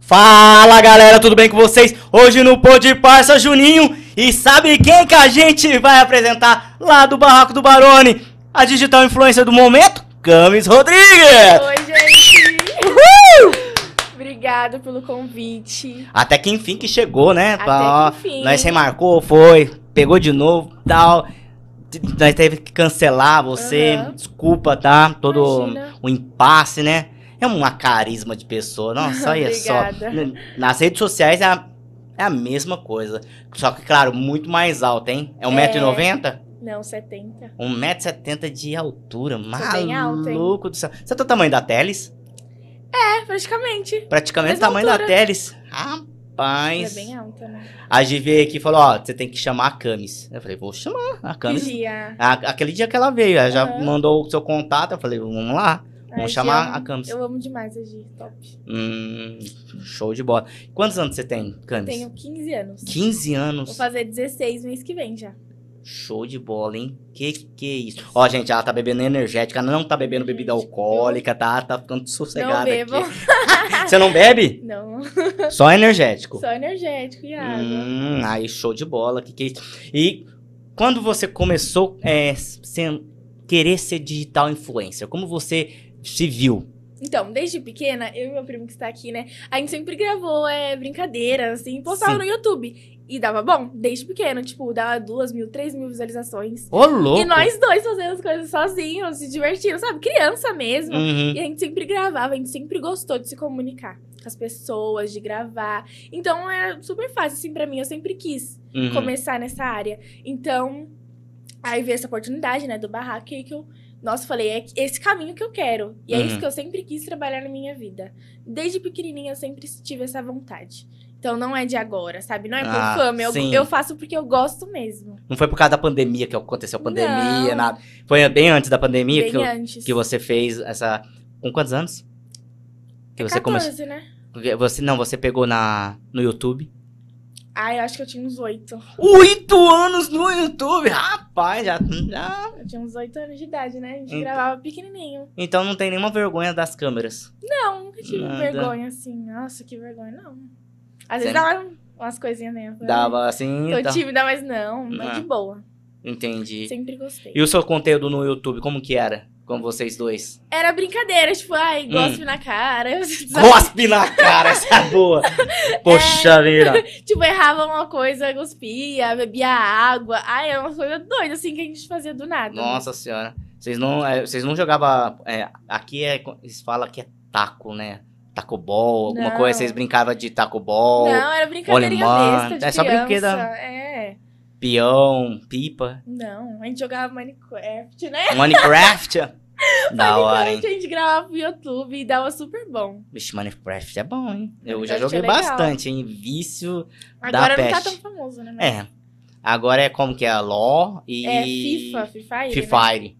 Fala galera, tudo bem com vocês? Hoje no Pod Parça Juninho e sabe quem que a gente vai apresentar lá do Barraco do Barone? A digital influência do momento, Camis Rodrigues! Oi, gente! Obrigada pelo convite. Até que enfim que chegou, né? Até Pra- que enfim. Nós remarcou, foi, pegou de novo, tal. T- Nós teve que cancelar você, Aham. desculpa, tá? Todo Imagina. o impasse, né? É uma carisma de pessoa, nossa, olha só. Obrigada. N- Nas redes sociais é a, é a mesma coisa, só que, claro, muito mais alta, hein? É É. 1,90m? Não, 70. 1,70m de altura, bem alta, hein? maluco do céu. Você é o tamanho da Teles? É, praticamente. Praticamente o Mesma tamanho da altura. Teles. Ela é Rapaz. bem alta, né? A Gi veio aqui e falou, ó, você tem que chamar a Camis. Eu falei, vou chamar a Camis. Vigia. A- aquele dia que ela veio, ela já Aham. mandou o seu contato, eu falei, vamos lá. Vamos Ai, chamar Gi, a Camis. Eu amo demais a Gi, top. Hum, show de bola. Quantos anos você tem, Camis? Tenho 15 anos. 15 Vou anos. fazer 16 mês que vem já. Show de bola, hein? Que que é isso? Ó, gente, ela tá bebendo energética, não tá bebendo bebida alcoólica, tá? Tá ficando não sossegada bebo. aqui. Você não bebe? Não, Só energético. só energético e água. Hum, aí show de bola, que que é isso? E quando você começou é, sem querer ser digital influencer, como você se viu? Então, desde pequena, eu e meu primo que está aqui, né? A gente sempre gravou é, brincadeiras, assim, postava Sim. no YouTube. E dava bom, desde pequeno, tipo, dava duas mil, três mil visualizações. Ô, louco! E nós dois fazendo as coisas sozinhos, se divertindo, sabe? Criança mesmo. Uhum. E a gente sempre gravava, a gente sempre gostou de se comunicar com as pessoas, de gravar. Então era super fácil, assim, pra mim. Eu sempre quis uhum. começar nessa área. Então, aí veio essa oportunidade, né, do barraco, e aí que eu, nossa, falei, é esse caminho que eu quero. E é Uhum. isso que eu sempre quis trabalhar na minha vida. Desde pequenininha eu sempre tive essa vontade. Então não é de agora, sabe? Não é por Ah, fama, eu, sim. eu faço porque eu gosto mesmo. Não foi por causa da pandemia que aconteceu a pandemia, Não. nada. Foi bem antes da pandemia bem que, eu- antes. que você fez essa. Com quantos anos? Que você 14, começou. né? Você, não, você pegou na, no YouTube. Ah, eu acho que eu tinha uns oito. Oito anos no YouTube! Rapaz, já- já. Eu tinha uns oito anos de idade, né? A gente Então. gravava pequenininho. Então não tem nenhuma vergonha das câmeras. Não, nunca tive Nada. vergonha assim. Nossa, que vergonha, não. Às Você- vezes dava umas coisinhas mesmo. né? Dava assim, Tô tá. tímida, mas não, mas Ah. de boa. entendi. Sempre gostei. E o seu conteúdo no YouTube, como que era? Com vocês dois? Era brincadeira, tipo, ai, Hum. gospe na cara. Cospe na cara, essa é boa! Poxa vida! tipo, errava uma coisa, cuspia, bebia água. Ai, era uma coisa doida, assim, que a gente fazia do nada. Nossa senhora. Vocês não, é, vocês não jogavam... é, aqui é, eles falam que é taco, né? Taco ball, alguma Não. coisa. Vocês brincavam de taco ball, Não, era brincadeirinha Olha, besta de é só criança. brinquedo. É, peão, pipa, não. A gente jogava Minecraft, né? Minecraft. da hora, hein? Minecraft a gente gravava pro YouTube e dava super bom. Vixe, Minecraft é bom, hein? Eu Minecraft já é joguei legal. bastante, hein? Vício... Agora não tá peste. tão famoso, né? mas- É. Agora é como que é? LOL e... É, FIFA, né? Hum. FIFA aí. Free Fire.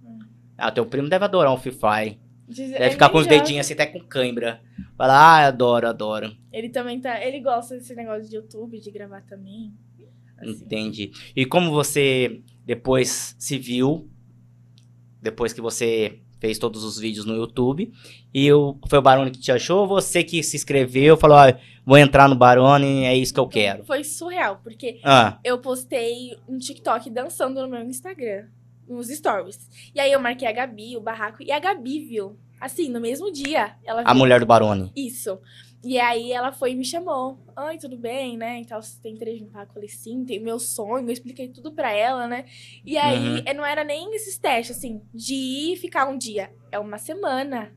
Ah, teu primo deve adorar um Free Fire. Né? Deve ficar com os dedinhos assim, até com cãibra. Fala, ah, adoro, adoro. Ele também tá. Ele gosta desse negócio de YouTube, de gravar também. Assim. Entendi. E como você depois se viu, depois que você fez todos os vídeos no YouTube, e o, foi o Barone que te achou, ou você que se inscreveu, falou, ah, vou entrar no Barone, é isso que eu quero. Então, Foi surreal, porque Ah, eu postei um TikTok dançando no meu Instagram, nos stories. E aí eu marquei a Gabi, o barraco, e a Gabi viu. Assim, no mesmo dia, ela a viu mulher do Barone. isso. E aí ela foi e me chamou. Oi, tudo bem, né? Então, você tem interesse em limpar? Eu falei, sim, tem o meu sonho. Eu expliquei tudo pra ela, né? E aí, Uhum. eh, não era nem esses testes, assim, de ir e ficar um dia. É uma semana.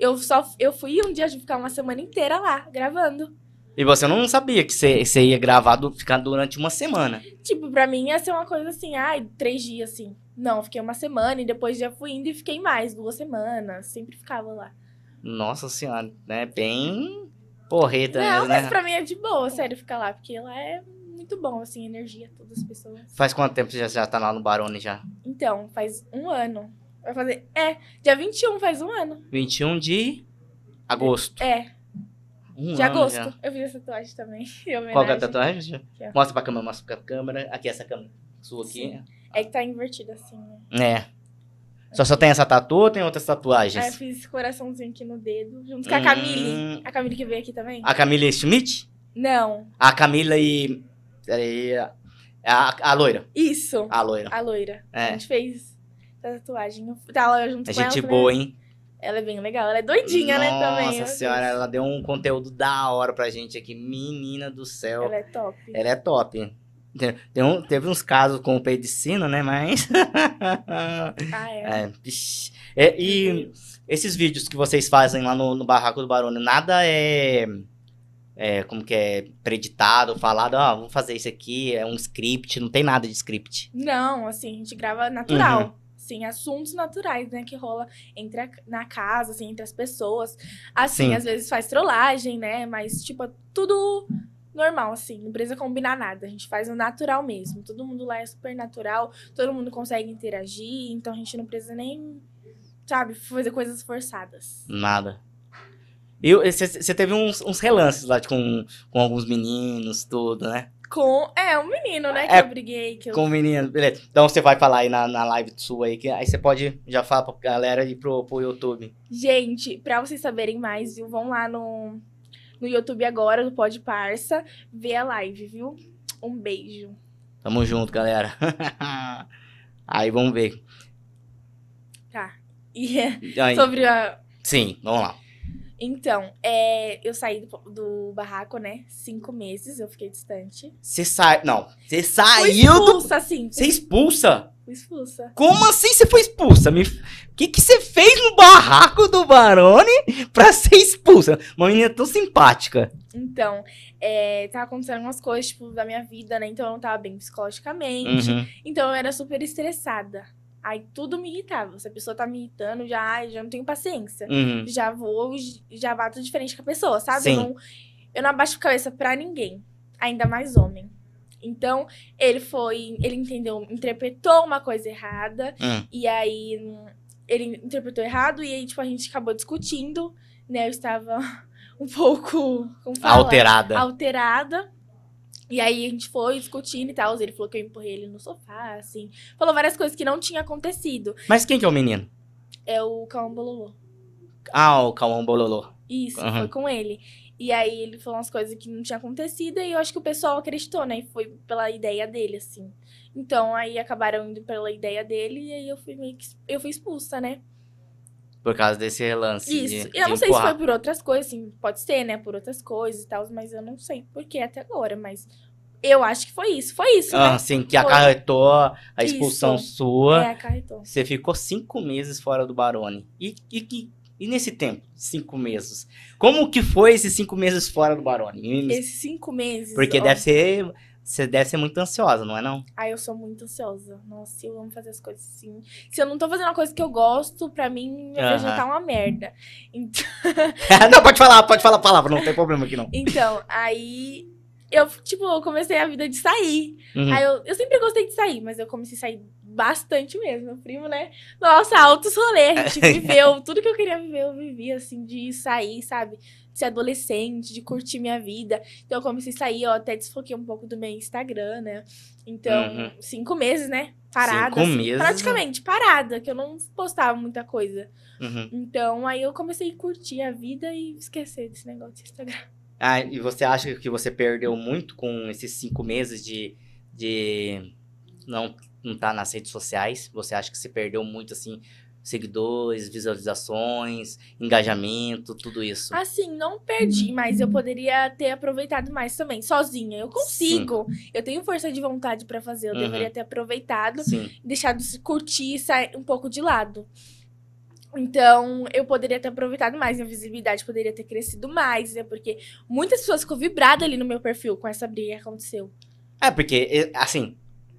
Eu só eu fui um dia de ficar uma semana inteira lá, gravando. E você não sabia que você você ia gravar, du- ficar durante uma semana. Tipo, pra mim ia ser uma coisa assim, ai, três dias, assim. Não, eu fiquei uma semana e depois já fui indo e fiquei mais, duas semanas. Sempre ficava lá. Nossa senhora, né? Bem porreta não, mesmo, né? mas pra mim é de boa, sério, ficar lá. Porque lá é muito bom, assim, energia, todas as pessoas. Faz quanto tempo você já, já tá lá no Barone já? Então, faz um ano. Vai fazer. É, dia 21 faz um ano. 21 de agosto. É, Um de ano agosto. já. Eu fiz essa tatuagem também. em homenagem. Qual que é a tatuagem? um. ó. Mostra pra câmera, mostra pra câmera. Aqui, essa câmera sua aqui. Sim. É que tá invertida assim, né? É. Só só tem essa tatu ou tem outras Aí eu tatuagens? fiz esse coraçãozinho aqui no dedo, junto com a Camille. Hum. A Camille que veio aqui também? A Camila Schmidt? Não. A Camila e. Peraí. A, a, a loira. Isso. A loira. A loira. É. A gente fez essa tatuagem. Eu- Tá lá junto É com ela. gente né? boa, hein? Ela é bem legal. Ela é doidinha, né, também. Nossa eu- senhora, ela deu um conteúdo da hora pra gente aqui. Menina do céu. Ela é top. Ela é top. Tem, tem um- teve uns casos com o pedicina, né? Mas. Ah, é. É, vixi. É, e esses vídeos que vocês fazem lá no, no Barraco do Barulho, nada é. é, como que é? Preditado, falado, ah, vou fazer isso aqui, é um script, não tem nada de script. Não, assim, a gente grava Uhum. natural. Sim, assuntos naturais, né? Que rola entre a- na casa, assim, entre as pessoas. Assim, Sim. às vezes faz trollagem, né? Mas, tipo, é tudo normal, assim. Não precisa combinar nada. A gente faz o natural mesmo. Todo mundo lá é super natural. Todo mundo consegue interagir. Então, a gente não precisa nem, sabe, fazer coisas forçadas. Nada. E você teve uns, uns relances lá de com, com alguns meninos, tudo, né? Com... É, um menino, né? Que É, eu briguei, que eu... Com meninos, beleza. Então você vai falar aí na, na live sua aí, que aí você pode já falar pra galera e pro, pro YouTube. Gente, pra vocês saberem mais, viu? Vão lá no, no YouTube agora, no Pod Parça, ver a live, viu? Um beijo. Tamo junto, galera. aí vamos ver. Tá. E é Aí, sobre a. Sim, vamos lá. Então, é, eu saí do, do barraco, né? Cinco meses, eu fiquei distante. Você sai. Não. Você Fui saiu do. expulsa, assim. Você expulsa? Fui expulsa. Como assim você foi expulsa? Me... O que que você fez no barraco do Barone pra ser expulsa? Uma menina tão simpática. Então, é, tava acontecendo algumas coisas, tipo, da minha vida, né? Então eu não tava bem psicologicamente. Uhum. Então eu era super estressada. Aí tudo me irritava. Se a pessoa tá me irritando, já, ai, já não tenho paciência. Uhum. já vou, já bato diferente com a pessoa, sabe? Sim. Eu, não, eu não abaixo a cabeça pra ninguém, ainda mais homem. Então, ele foi, ele entendeu, interpretou uma coisa errada, Hum. e aí hum, ele interpretou errado, e aí, tipo, a gente acabou discutindo, né? Eu estava um pouco. Como fala? Alterada. Alterada. E aí a gente foi discutindo e tal. Ele falou que eu empurrei ele no sofá, assim. Falou várias coisas que não tinha acontecido. Mas quem que é o menino? É o Calmbololô. Ah, o Calmão Bololô. Isso, Aham. foi com ele. E aí ele falou umas coisas que não tinha acontecido e eu acho que o pessoal acreditou, né? E foi pela ideia dele, assim. Então aí acabaram indo pela ideia dele e aí eu fui meio que ex- eu fui expulsa, né? Por causa desse relance. de- Isso. eu de não sei se empurrar. foi por outras coisas, assim, pode ser, né? Por outras coisas e tal, mas eu não sei por que até agora, mas eu acho que foi isso. Foi isso, Ah, né? sim, que Foi. acarretou a expulsão sua. É, acarretou. Você ficou cinco meses fora do Barone. E, e, que- e nesse tempo, cinco meses? Como que foi esses cinco meses fora do Barone? Me- me- Esses cinco meses. Porque ó, deve ser. Você deve ser muito ansiosa, não é não? Ai, eu sou muito ansiosa. Nossa, eu amo fazer as coisas assim. Se eu não tô fazendo uma coisa que eu gosto, pra mim, minha vida já Aham. tá uma merda. Então, não, pode falar, pode falar a palavra, não tem problema aqui não. então, aí eu, tipo, eu comecei a vida de sair. Uhum. Aí eu, eu sempre gostei de sair, mas eu comecei a sair bastante mesmo. Meu primo, né? Nossa, altos rolês. A gente viveu tudo que eu queria viver, eu vivi, assim, de sair, sabe? De ser adolescente, de curtir minha vida. Então eu comecei a sair, ó, até desfoquei um pouco do meu Instagram, né? Então, Uhum. cinco meses, né? Parada. Cinco meses. praticamente parada, que eu não postava muita coisa. Uhum. Então, aí eu comecei a curtir a vida e esquecer desse negócio de Instagram. Ah, e você acha que você perdeu muito com esses cinco meses de. de não não tá nas redes sociais? Você acha que você perdeu muito, assim, seguidores, visualizações, engajamento, tudo isso? Assim, não perdi, mas eu poderia ter aproveitado mais também, sozinha. Eu consigo. Eu tenho força de vontade pra fazer. Eu Uhum. deveria ter aproveitado, Sim. deixado de curtir e sair um pouco de lado. Então, eu poderia ter aproveitado mais, minha visibilidade poderia ter crescido mais, né? Porque muitas pessoas ficou vibrada ali no meu perfil com essa briga que aconteceu. É, porque, é, assim,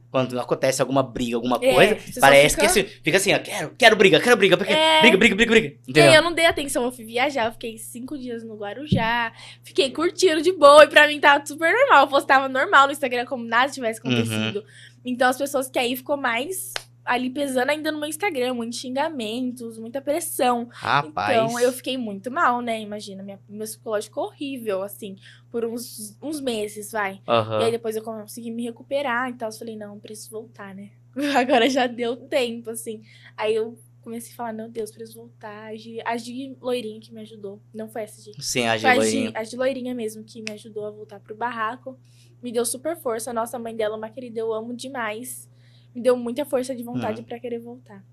quando acontece alguma briga, alguma É, coisa, você só parece fica- que se- fica assim, ó, quero, quero briga, quero briga, porque É. briga, briga, briga, briga. E aí Entendeu? eu não dei atenção, eu fui viajar, eu fiquei cinco dias no Guarujá, fiquei curtindo de boa, e pra mim tava super normal. Eu postava normal no Instagram como nada tivesse Uhum. acontecido. Então as pessoas que aí ficou mais ali pesando ainda no meu Instagram, muitos xingamentos, muita pressão. Rapaz. Então eu fiquei muito mal, né? Imagina, minha, meu psicológico horrível, assim, por uns, uns meses, vai. Aham. E aí depois eu consegui me recuperar e tal. Eu falei, não, preciso voltar, né? Agora já deu tempo, assim. Aí eu comecei a falar, meu Deus, preciso voltar. A Gi, a Gi loirinha que me ajudou. Não foi essa Gi. Sim, a Foi a Giloinha. Gi, a Gi loirinha mesmo que me ajudou a voltar pro barraco. Me deu super força. Nossa, a mãe dela, é uma querida, eu amo demais. Me deu muita força de vontade Uhum. pra querer voltar.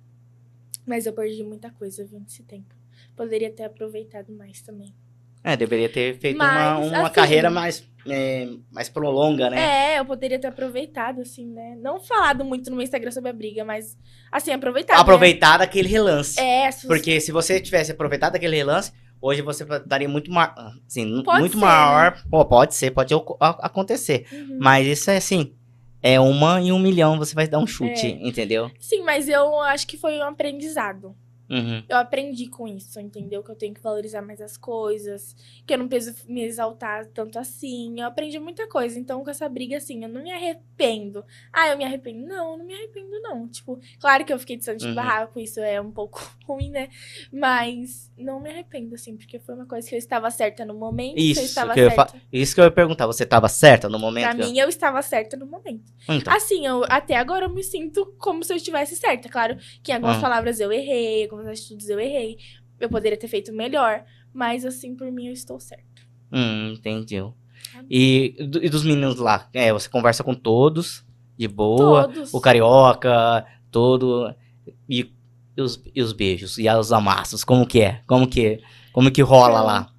Mas eu perdi muita coisa viu, nesse tempo. Poderia ter aproveitado mais também. É, deveria ter feito uma, Mas, uma assim- carreira mais, é, mais prolonga, né? É, eu poderia ter aproveitado, assim, né? Não falado muito no meu Instagram sobre a briga, mas, assim, aproveitado. né? Aproveitar aquele relance. É, se você- Porque se você tivesse aproveitado aquele relance, hoje você estaria muito, ma assim, Pode muito ser, né? maior. Pô, pode ser, pode oco- a- acontecer. Uhum. Mas isso é assim, é uma em um milhão você vai dar um chute, É. entendeu? Sim, mas eu acho que foi um aprendizado. Uhum. Eu aprendi com isso, entendeu? Que eu tenho que valorizar mais as coisas, que eu não preciso me exaltar tanto assim. Eu aprendi muita coisa. Então, com essa briga, assim, eu não me arrependo. Ah, eu me arrependo? Não, eu não me arrependo, não. Tipo, claro que eu fiquei distante Uhum. do barraco, isso é um pouco ruim, né? Mas não me arrependo, assim, porque foi uma coisa que eu estava certa no momento. Isso eu estava que eu ia certa. Isso que eu ia perguntar, você tava certa no momento? Pra mim, eu estava certa no momento. Então, Assim, eu, até agora eu me sinto como se eu estivesse certa. Claro que em algumas Ah. palavras eu errei, algumas atitudes eu errei. Eu poderia ter feito melhor. Mas, assim, por mim, eu estou certa. hum, entendeu. E, do- e dos meninos lá? É, você conversa com todos, de boa. Todos. o carioca, todo. E, e os, e os beijos, e os amassos, como que é? Como que, como que rola lá?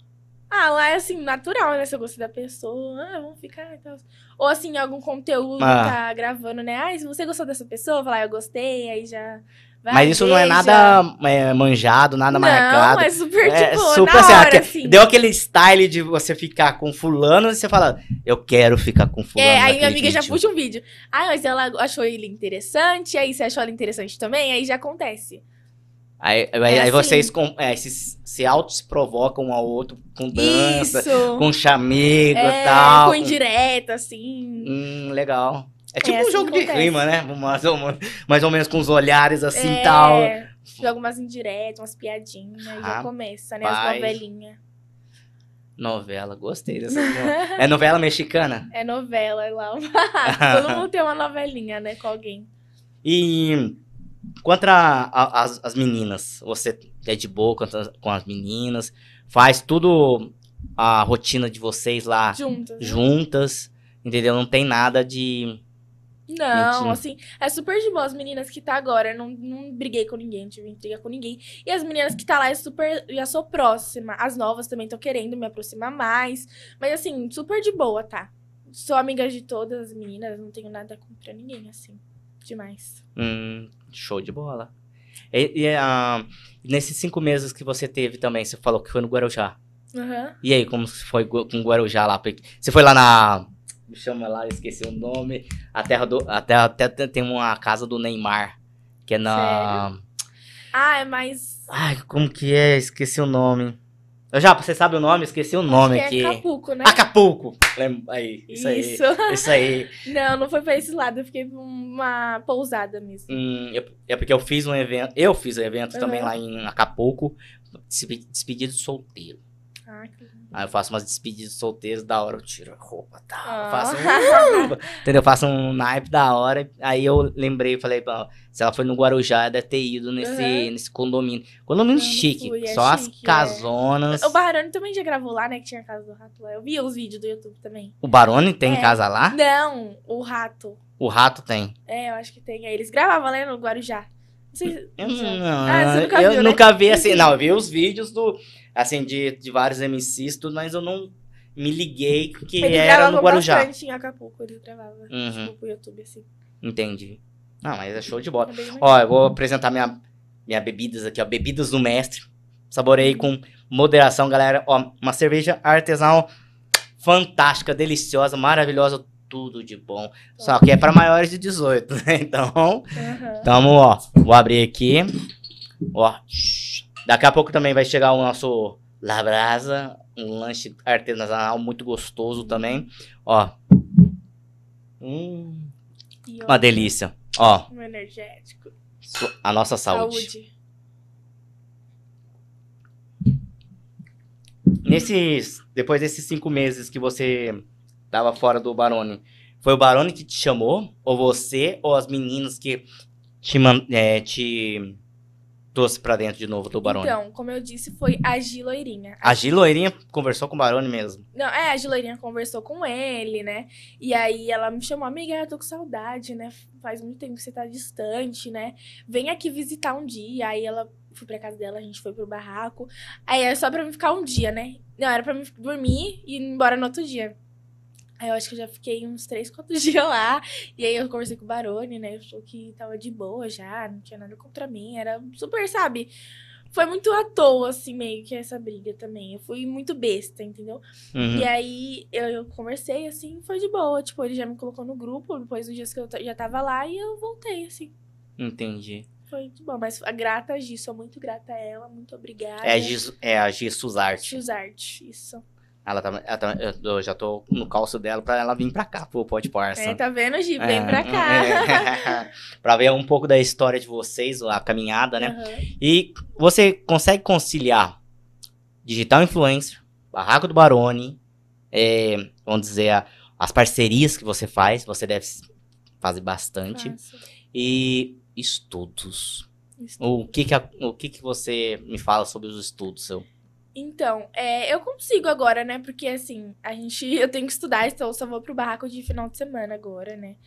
Ah, lá é assim, natural, né? Se eu gostei da pessoa, ah, vamos ficar e tal. Ou assim, algum conteúdo Ah. tá gravando, né? Ah, se você gostou dessa pessoa, fala, ah, eu gostei, aí já. vai, Mas isso não é beija. nada é, manjado, nada marcado. Não, é super, É tipo, super na assim, hora, aque- assim. Deu aquele style de você ficar com fulano e você fala, eu quero ficar com fulano. É, aí minha naquele amiga já vídeo." puxa um vídeo. Ah, mas ela achou ele interessante, aí você achou ela interessante também, aí já acontece. Aí, aí- É aí assim. vocês com, é, se, se auto-provocam um ao outro com dança, Isso! com chamego e é, tal. com indireta, assim. Hum, legal. É tipo um assim jogo que de acontece. rima, né? Mais ou, mais ou menos com os olhares assim e É, tal. Joga umas indiretas, umas piadinhas, aí já Rapaz. começa, né? As novelinhas. Novela, gostei dessa novela. É novela mexicana? É novela lá. Todo mundo tem uma novelinha, né? Com alguém. E contra a- as, as meninas, você é de boa com as, com as meninas, faz tudo a rotina de vocês lá Juntas. né? juntas, entendeu? Não tem nada de. Não, Entendi. assim, é super de boa as meninas que tá agora. Eu não, não briguei com ninguém, não tive intriga com ninguém. E as meninas que tá lá, eu super, já sou próxima. As novas também estão querendo me aproximar mais. Mas assim, super de boa, tá? Sou amiga de todas as meninas, não tenho nada contra ninguém, assim. Demais. Hum, show de bola. E, e, ah, nesses cinco meses que você teve também, você falou que foi no Guarujá. Aham. E aí, como foi gu- com o Guarujá lá? Porque Você foi lá na. Me chama lá, eu esqueci o nome. A terra do. A terra, até te- tem uma casa do Neymar. Que é na. Ah, é mais. Ai, como que é? Esqueci o nome. Eu já, você sabe o nome? Esqueci o nome acho que aqui. é Acapulco, né? Acapulco! Lembra- Aí, isso, Isso. aí. Isso aí. Não, não foi pra esse lado, eu fiquei numa pousada mesmo. Hum, eu- é porque eu fiz um evento. Eu fiz um evento Uhum. também lá em Acapulco. despe- Despedida de solteiro. Ah, que lindo. Aí eu faço umas despedidas de solteiros da hora, eu tiro a roupa e tal. Ah. Faço um. entendeu? Eu Faço um naipe da hora. Aí eu lembrei, falei, "Pô, se ela foi no Guarujá, deve ter ido nesse, Uhum. nesse condomínio. Condomínio Não, não chique. fui, é só as chique, é. casonas. O Barone também já gravou lá, né? Que tinha a casa do rato lá. Eu vi os vídeos do YouTube também. O Barone tem É. casa lá? Não, o rato. O rato tem. É, eu acho que tem. Aí Eles gravavam, né, no Guarujá. Não sei, Eu, não sei. não, Ah, você nunca eu viu, né? nunca vi assim. Não, eu vi os vídeos do. Assim, de, de vários MCs, tudo, mas eu não me liguei que Eles era no gravavam Guarujá. bastante em Acapulco, eles gravavam. Uhum. Tipo, pro YouTube, assim. Entendi. Não, mas é show de bola. É bem legal. Ó, eu vou apresentar minha, minha bebidas aqui, ó. Bebidas do mestre. Saborei com moderação, galera. Ó, uma cerveja artesanal fantástica, deliciosa, maravilhosa, tudo de bom. Só que é para maiores de 18, né? Então, Aham. Tamo, ó. Vou abrir aqui. Ó. Daqui a pouco também vai chegar o nosso Labrasa. Um lanche artesanal muito gostoso também. Ó. Hum, E ó, uma delícia. Ó. Um energético. su- A nossa saúde. Saúde. Nesses. Depois desses cinco meses que você tava fora do Barone, foi o Barone que te chamou? Ou você? Ou as meninas que te, man- é, te trouxe pra dentro de novo do Barone? Então, como eu disse, foi a Giloirinha. a Gi Loirinha conversou com o Barone mesmo. Não, é, a Giloirinha conversou com ele, né? E aí ela me chamou, amiga, eu tô com saudade, né? Faz muito tempo que você tá distante, né? Vem aqui visitar um dia. Aí ela fui pra casa dela, a gente foi pro barraco. Aí era só pra mim ficar um dia, né? Não, era pra mim dormir e ir embora no outro dia. Aí eu acho que eu já fiquei uns três, quatro dias lá. E aí eu conversei com o Barone, né? Ele falou que tava de boa já, não tinha nada contra mim. Era super, sabe? Foi muito à toa, assim, meio que essa briga também. Eu fui muito besta, entendeu? Uhum. E é aí eu, eu conversei, assim, foi de boa. Tipo, ele já me colocou no grupo, depois dos dias que eu ta- já tava lá, e eu voltei, assim. Entendi. Foi de boa. Mas a grata a Gi, sou muito grata a ela, muito obrigada. É a Gi, é a Gi Suzarte. Suzarte, isso. Ela tá, ela tá- eu já tô no calço dela pra ela vir pra cá, pô, pode parça. É, tá vendo, Gi? Vem É, pra cá. é. pra ver um pouco da história de vocês, a caminhada, né? Aham. E você consegue conciliar digital influencer, barraco do Barone, é, vamos dizer, a- as parcerias que você faz, você deve s- fazer bastante, Faço. e estudos. Isso. O que que, a- o que que você me fala sobre os estudos, seu? Então, é, eu consigo agora, né? Porque assim, a gente, eu tenho que estudar, então eu só vou pro barraco de final de semana agora, né?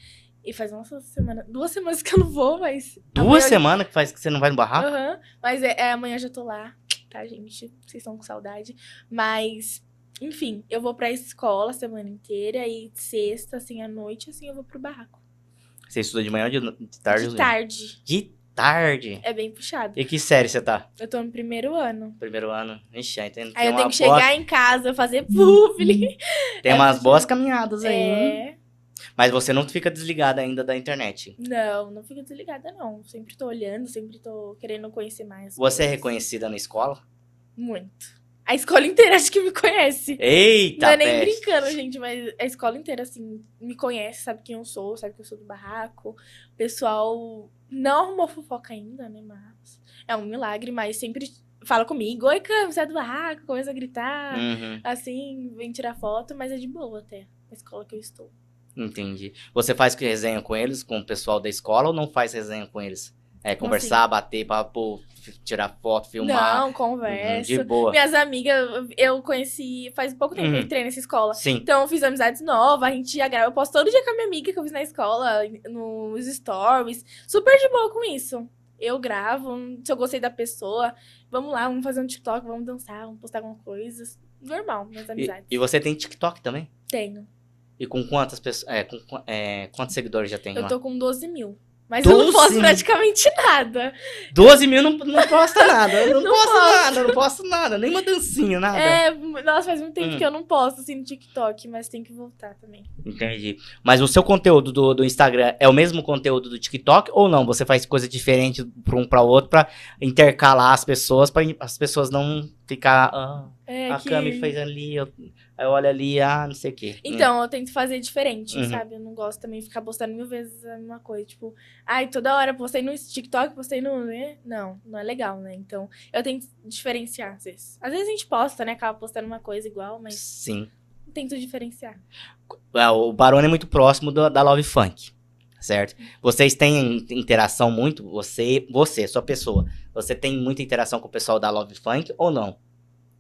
E faz uma semana, duas semanas que eu não vou, mas. Duas amanhã- semanas que faz que você não vai no barraco? Aham, mas é, é, amanhã eu já tô lá, tá, gente? Vocês estão com saudade. Mas, enfim, eu vou pra escola a semana inteira e sexta, assim, à noite, assim, eu vou pro barraco. Você estuda de manhã ou de, no- de tarde? de Luzia? tarde. De tarde? É bem puxado. E que série você tá? Eu tô no primeiro ano. Primeiro ano. Ixi, aí tem, Aí tem eu tenho uma que boa- chegar em casa, fazer publi. tem é umas muito- boas caminhadas aí. hein? É. Mas você não fica desligada ainda da internet. Não, não fico desligada, não. Sempre tô olhando, sempre tô querendo conhecer mais. Você é coisas. reconhecida na escola? Muito. A escola inteira acho que me conhece. Eita, não é nem peste. brincando, gente, mas a escola inteira, assim, me conhece, sabe quem eu sou, sabe que eu sou do barraco. O pessoal não arrumou fofoca ainda, né? Mas é um milagre, mas sempre fala comigo, oi, Cam, você é do barraco, começa a gritar, Uhum, assim, vem tirar foto, mas é de boa até, a escola que eu estou. entendi. Você faz que resenha com eles, com o pessoal da escola, ou não faz resenha com eles? É, conversar, bater, papo, f- tirar foto, filmar. Não, Uhum, conversa. de boa. Minhas amigas, eu conheci faz pouco tempo Uhum. que eu entrei nessa escola. Sim. Então, eu fiz amizades novas, a gente já grava. Eu posto todo dia com a minha amiga que eu fiz na escola, nos stories. Super de boa com isso. Eu gravo, se eu gostei da pessoa, vamos lá, vamos fazer um TikTok, vamos dançar, vamos postar alguma coisa. Normal, minhas E, amizades. e você tem TikTok também? Tenho. E com quantas pessoas. É, com qu- é, quantos seguidores já tem Eu lá? tô com 12 mil. Mas eu não 12 posto mil? praticamente nada. 12 mil não, não posta nada. Eu não, Não posto, posto. nada, não posto nada. Nem uma dancinha, nada. É, nossa, faz muito tempo Hum. que eu não posto assim no TikTok, mas tem que voltar também. Entendi. Mas o seu conteúdo do, do Instagram é o mesmo conteúdo do TikTok ou não? Você faz coisa diferente para um para outro para intercalar as pessoas, para as pessoas não ficar. "Ah, É a que- Cami fez ali, eu, eu olho ali, ah, não sei o quê. Então, eu tento fazer diferente, Uhum. sabe? Eu não gosto também de ficar postando mil vezes a mesma coisa. Tipo, ai, toda hora postei no TikTok, postei no. né? Não, não é legal, né? Então, eu tento diferenciar, às vezes. Às vezes a gente posta, né? Acaba postando uma coisa igual, mas Hum, Sim. eu tento diferenciar. Ah, O Barone é muito próximo do- da Love Funk, certo? Vocês têm interação muito? Você, você, sua pessoa, você tem muita interação com o pessoal da Love Funk ou não?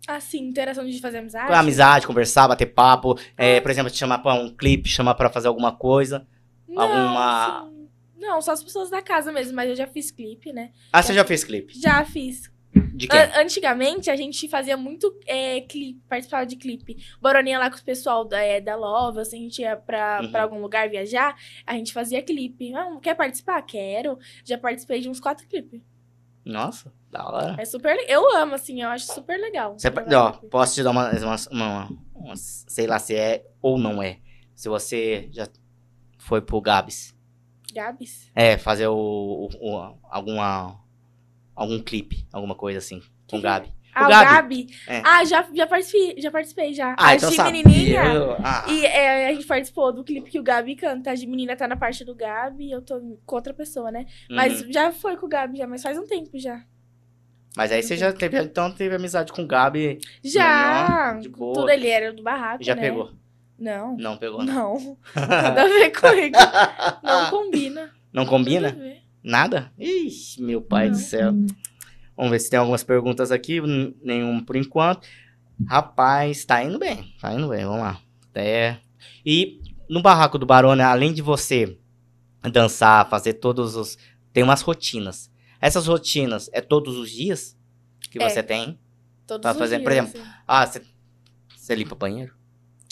Assim, interação de fazer amizade. Com amizade, conversar, bater papo, é, por exemplo, te chamar pra um clipe, chamar pra fazer alguma coisa. não, alguma- assim, não, só as pessoas da casa mesmo, mas eu já fiz clipe, né? Ah, você já fez clipe? Já fiz De quem? An- antigamente, a gente fazia muito é, clipe, participava de clipe. Boroninha lá com o pessoal da, é, da Lova, assim, a gente ia pra, Uhum. pra algum lugar viajar, a gente fazia clipe. Ah, quer participar? Quero. Já participei de uns quatro clipes. Nossa, da hora. É super... le- Eu amo, assim, eu acho super legal. Você, gravar ó, clipe. posso te dar uma, uma, uma- uma- Sei lá se é ou não é. Se você já foi pro Gabs. Gabs? É, fazer o, o- o- alguma. Algum clipe, alguma coisa assim. Com o Que- Gabi. Ah, o Gabi. Gabi? É. Ah, já, já, participei, já participei, já. Ah, a então Gi sabe. Menininha. Ah, E é, a gente participou do clipe que o Gabi canta. A de menina tá na parte do Gabi, eu tô com outra pessoa, né? Mas uhum. já foi com o Gabi, já, mas faz um tempo já. Mas aí você já teve. Então teve amizade com o Né? Gabi. Já! Não, de boa. Tudo ele era do barraco, Já né? pegou. Não. Não pegou, não. Não. Nada a ver comigo. Não combina. Não Nada a combina? ver. Nada? Ixi, meu pai do Não. céu. Vamos ver se tem algumas perguntas aqui. n- Nenhuma por enquanto. Rapaz, tá indo bem. Tá indo bem, vamos lá. Até... E no Barraco do Barone, além de você dançar, fazer todos os... Tem umas rotinas. Essas rotinas é todos os dias que É. você tem? Todos Tá os fazendo- dias, por exemplo, assim. Ah, você, você limpa banheiro?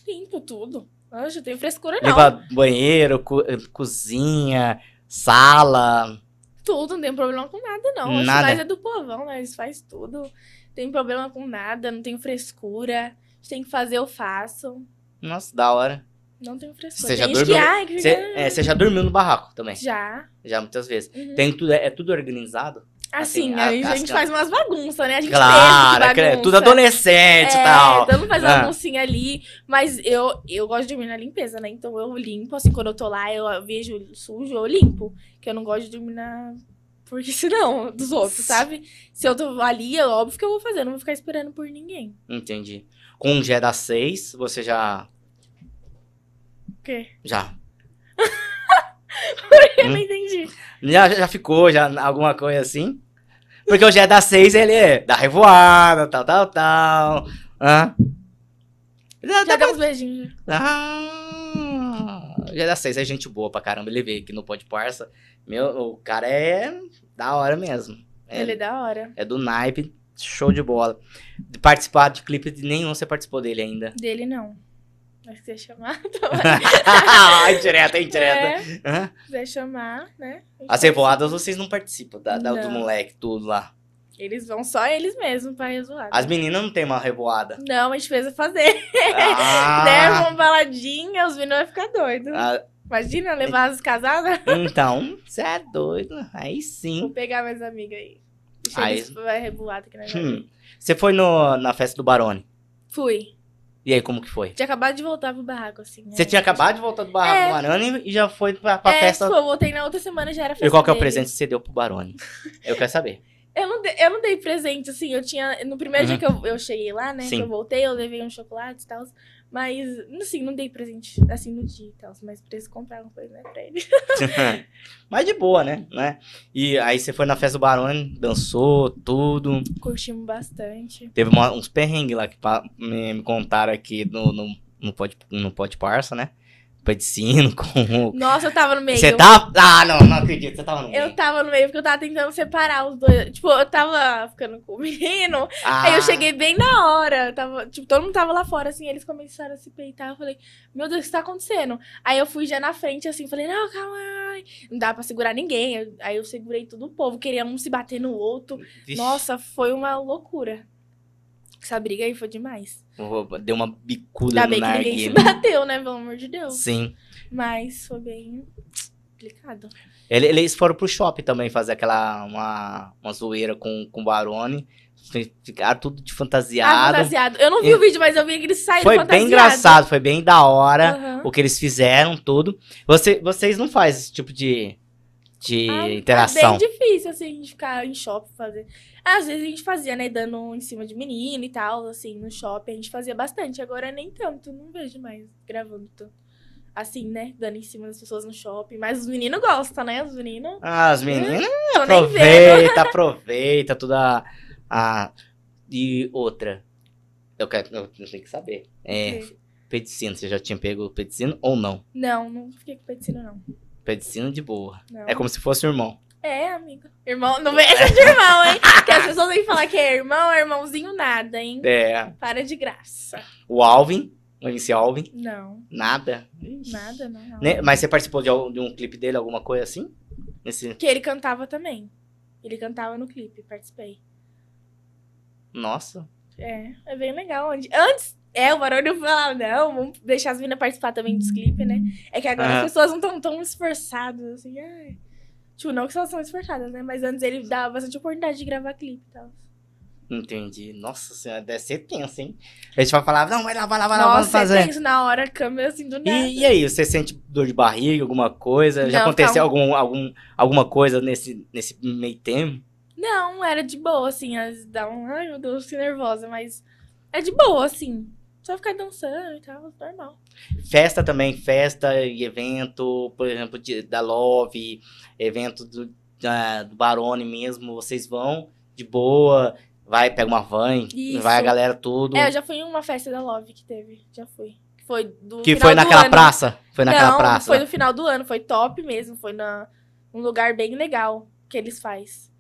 Limpo tudo. Eu já tenho frescura, não. Limpa banheiro, co- eh, cozinha, sala. Tudo, não tem problema com nada, não. Acho que Nada. nós é do povão, nós faz tudo. Não tem problema com nada, não tenho frescura. Se tem que fazer, eu faço. Nossa, da hora. Não tenho frescura. Você já tem gente dormiu- que, ai, que Você fica- é, você já dormiu no barraco também? Já. Já muitas vezes. Uhum. Tem tudo, é tudo organizado? Assim, Assim, a- aí a, as gente can- faz umas bagunças, né? A gente pensa Claro, é que cre- bagunça. né? tudo adolescente e É, tal. Então não faz tipo, Ah. uma baguncinha ali. Mas eu, eu gosto de dormir na limpeza, né? Então eu limpo, assim, quando eu tô lá, eu vejo sujo, eu limpo. Que eu não gosto de dormir na. Porque senão, dos outros, sabe? Se eu tô ali, é óbvio que eu vou fazer, eu não vou ficar esperando por ninguém. Entendi. Com um o Gé da 6, você já. O quê? Já. Eu Hum. não entendi. Já, já ficou, já alguma coisa assim? Porque o Gé da 6, ele é da revoada, tal, tal, tal. Hã? Já, Já dá dá uns beijinhos. já. Ah, já dá seis, é gente boa pra caramba. Ele veio aqui no Pode Parça. Meu, o cara é da hora mesmo. É, Ele é da hora. é do naipe, show de bola. De participar de clipe de nenhum, você participou dele ainda. Dele não. Mas se quiser chamar, Ah, indireta, indireta. é, se Hã? quiser chamar, né? a gente As revoadas vocês não participam da, da- do Não. moleque, tudo lá. faz. Eles vão só eles mesmos pra resolver. As meninas não tem uma revoada. Não, a gente fez a fazer. der Ah, uma baladinha, os meninos vão ficar doidos. ah, Imagina levar as casadas. então, você é doido. Aí sim. Vou pegar minhas amigas aí. Deixa Hum. Aí- eles vai rebolado aqui na hum. Hum. Você foi no, na festa do Barone. Fui. E aí, como que foi? Tinha acabado de voltar pro barraco, assim. Você tinha acabado de voltar do Barra É. do Barone e já foi pra, pra é, festa. Tipo, eu voltei na outra semana já era festa. E qual que é o dele. presente que você deu pro Barone? Eu quero saber. Eu não, dei, eu não dei presente, assim. Eu tinha. No primeiro Uhum. dia que eu, eu cheguei lá, né? Sim. Que eu voltei, eu levei um chocolate e tal. Mas, assim, não dei presente assim no dia e tal. Mas preciso comprar uma coisa, né, pra ele. Mas de boa, né? né? E aí você foi na festa do Barone, dançou, tudo. Curtimos bastante. Teve uma- uns perrengues lá que pa- me, me contaram aqui no, no, no, pod, no pod Parça, né? Pedicino com o. Nossa, eu tava no meio. Você tá. Ah, não, não acredito. Você tava no. Eu meio. tava no meio, porque eu tava tentando separar os dois. Tipo, eu tava ficando com o menino. Ah, Aí eu cheguei bem na hora. eu Tava, tipo, todo mundo tava lá fora, assim, eles começaram a se peitar. Eu falei, meu Deus, o que tá acontecendo? Aí eu fui já na frente, assim, falei, não, calma. ai, Não dá pra segurar ninguém. Eu- Aí eu segurei todo o povo, queria um se bater no outro. Vixe, Nossa, foi uma loucura. Essa briga aí foi demais. opa, Deu uma bicuda Ainda no bem que ninguém se narguilho. bateu, né? Pelo amor de Deus. Sim. Mas foi bem complicado. Ah, Ele- Eles foram pro shopping também fazer aquela uma, uma zoeira com, com o Barone. Fi- Ficaram tudo de Ah, fantasiado. fantasiado. Eu não vi Eu- o vídeo, mas eu vi que eles saíram foi bem fantasiados. engraçado, né? foi bem da hora Aham. o que eles fizeram, tudo. Você, vocês não fazem esse tipo de, de Ah, interação. É bem difícil, assim, a gente ficar em shopping fazer. Às vezes a gente fazia, né, dando em cima de menino e tal, assim, no shopping. A gente fazia bastante, agora nem tanto. Não vejo mais gravando tanto. Assim, né, dando em cima das pessoas no shopping. Mas os meninos gostam, né? Os meninos Ah, As meninas estão Hum, nem vendo. Aproveita, aproveita toda a. E outra. Eu quero. Eu tenho que saber. É. Pedicino, você já tinha pego o pedicino ou não? Não, não fiquei com peticina, não. Pedicino de boa. não. É como se fosse o irmão. É, amigo. Irmão, não vem essa de irmão, hein? Porque as pessoas têm que falar que é irmão, é irmãozinho nada, hein? É. Para de graça. O Alvin, o MC Alvin, Não, nada. nada, não. não. Né? Mas você participou de, al- de um clipe dele, alguma coisa assim? Nesse... Que ele cantava também. Ele cantava no clipe, participei. Nossa. É, é bem legal. Onde... Antes, é, o barulho falava, não, vamos deixar as meninas participar também dos clipes, né? É que agora Aham. as pessoas não estão tão esforçadas, assim, ai. Tipo, não que elas são esforçadas, né? Mas antes ele dava bastante oportunidade de gravar clipe e tal. Entendi. Nossa senhora, deve ser tenso, hein? A gente vai falar, não, vai lá, vai lá, vai lá, vamos Nossa, é fazer. tenso na hora, a câmera assim do nada. E, e aí, você sente dor de barriga, alguma coisa? Já Não, tá um aconteceu calma. algum, algum, alguma coisa nesse, nesse meio tempo? Não, era de boa, assim. Às vezes dá um, ai meu Deus, que nervosa, mas é de boa, assim. Só ficar dançando e tal, normal. Festa também, festa e evento, por exemplo, de- da Love, evento do, da- do Barone mesmo, vocês vão de boa, vai, pega uma van, Isso. vai a galera tudo. É, eu já fui em uma festa da Love que teve. Já fui. Que foi do que final foi do naquela ano. praça? Foi naquela Não, praça. Foi no final do ano, foi top mesmo. Foi na, um lugar bem legal que eles fazem.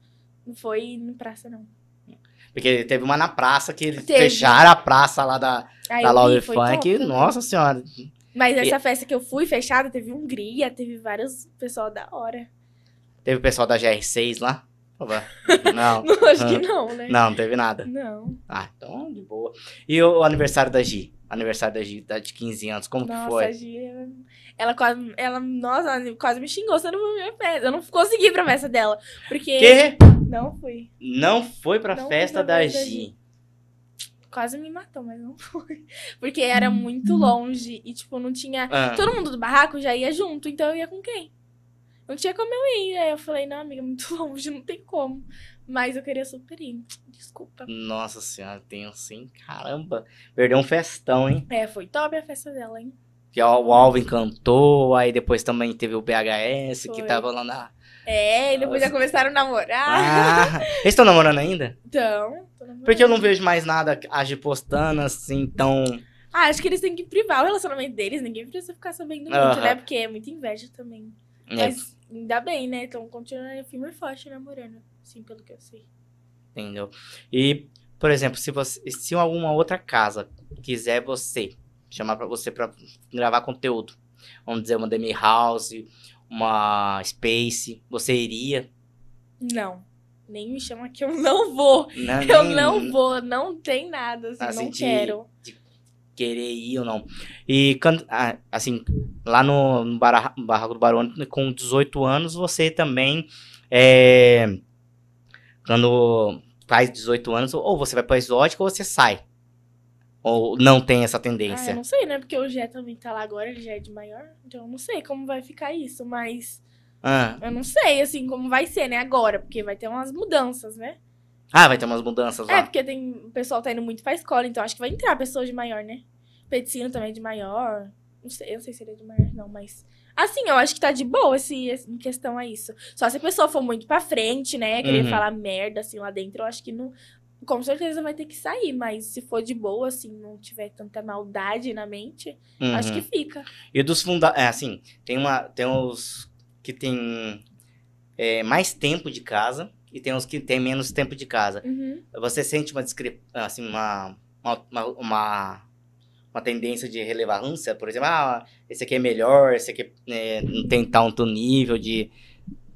Não foi em praça, não. Porque teve uma na praça que eles Teve. fecharam a praça lá da, Aí da eu vi, Love foi Funk. top. Nossa senhora. Mas essa festa que eu fui fechada, teve Hungria, teve vários pessoal da hora. Teve o pessoal da GR6 lá? Não, Não, acho que não, né? não, não teve nada. Não. Ah, então de boa. E o aniversário da Gi? Aniversário da Gi tá de 15 anos, como que Nossa, foi? a Gi, ela- ela quase, ela, nossa, ela quase me xingou, você não foi minha festa. Eu não consegui a promessa dela, porque Que não fui. não foi pra Não fui festa pra da festa da Gi. Quase me matou, mas não foi. Porque era Uhum. muito longe e, tipo, não tinha... Ah, Todo mundo do barraco já ia junto, então eu ia com quem? Não tinha como eu ir. Aí eu falei, não, amiga, é muito longe, não tem como. Mas eu queria super ir. Desculpa. Nossa senhora, tem assim, caramba. Perdeu um festão, hein? É, foi top a festa dela, hein? Que o o Alvin cantou, aí depois também teve o BHS que Foi. tava lá na. É, e depois já começaram a namorar. Ah, eles estão namorando ainda? Então, tô namorando. Porque eu não vejo mais nada a Gi postando assim, tão. Ah, acho que eles têm que privar o relacionamento deles, ninguém precisa ficar sabendo muito, Aham. né? Porque é muita inveja também. É, Mas ainda bem, né? Então continuando firme e forte namorando, assim, pelo que eu sei. Entendeu? E, por exemplo, se você, se alguma outra casa quiser você, chamar pra você pra gravar conteúdo, vamos dizer uma Demi House, uma Space, você iria? Não. Nem me chama que eu não vou. Não, Eu nem não vou, não tem nada, assim, Assim, não de- quero. Querer ir ou não. E, can- ah, assim, lá no, no Barra- Barraco do Barone, com 18 anos, você também, é, quando faz 18 anos, ou você vai pra exótica ou você sai. Ou não tem essa Ah, tendência. eu não sei, né? Porque o Jé também tá lá agora, ele já é de maior. Então eu não sei como vai ficar isso, mas Ah, eu não sei, assim, como vai ser, né? Agora, porque vai ter umas mudanças, né? Ah, vai ter umas mudanças É, lá. porque tem, o pessoal tá indo muito pra escola, então acho que vai entrar pessoas de maior, né? Peticino também é de maior. Não sei, eu não sei se ele é de maior, não, mas. Assim, eu acho que tá de boa esse, esse- em questão a isso. Só se a pessoa for muito pra frente, né? Querer Uhum. falar merda, assim, lá dentro, eu acho que não. Com certeza vai ter que sair, mas se for de boa, assim, não tiver tanta maldade na mente, É, acho Uhum. que fica. E dos funda... É, assim, tem, uma, tem os que tem é, mais tempo de casa e tem os que tem menos tempo de casa. Uhum. Você sente uma discre... assim, uma, uma, uma, uma- uma tendência de relevância, por exemplo, ah, esse aqui é melhor, esse aqui é, não tem tanto nível de...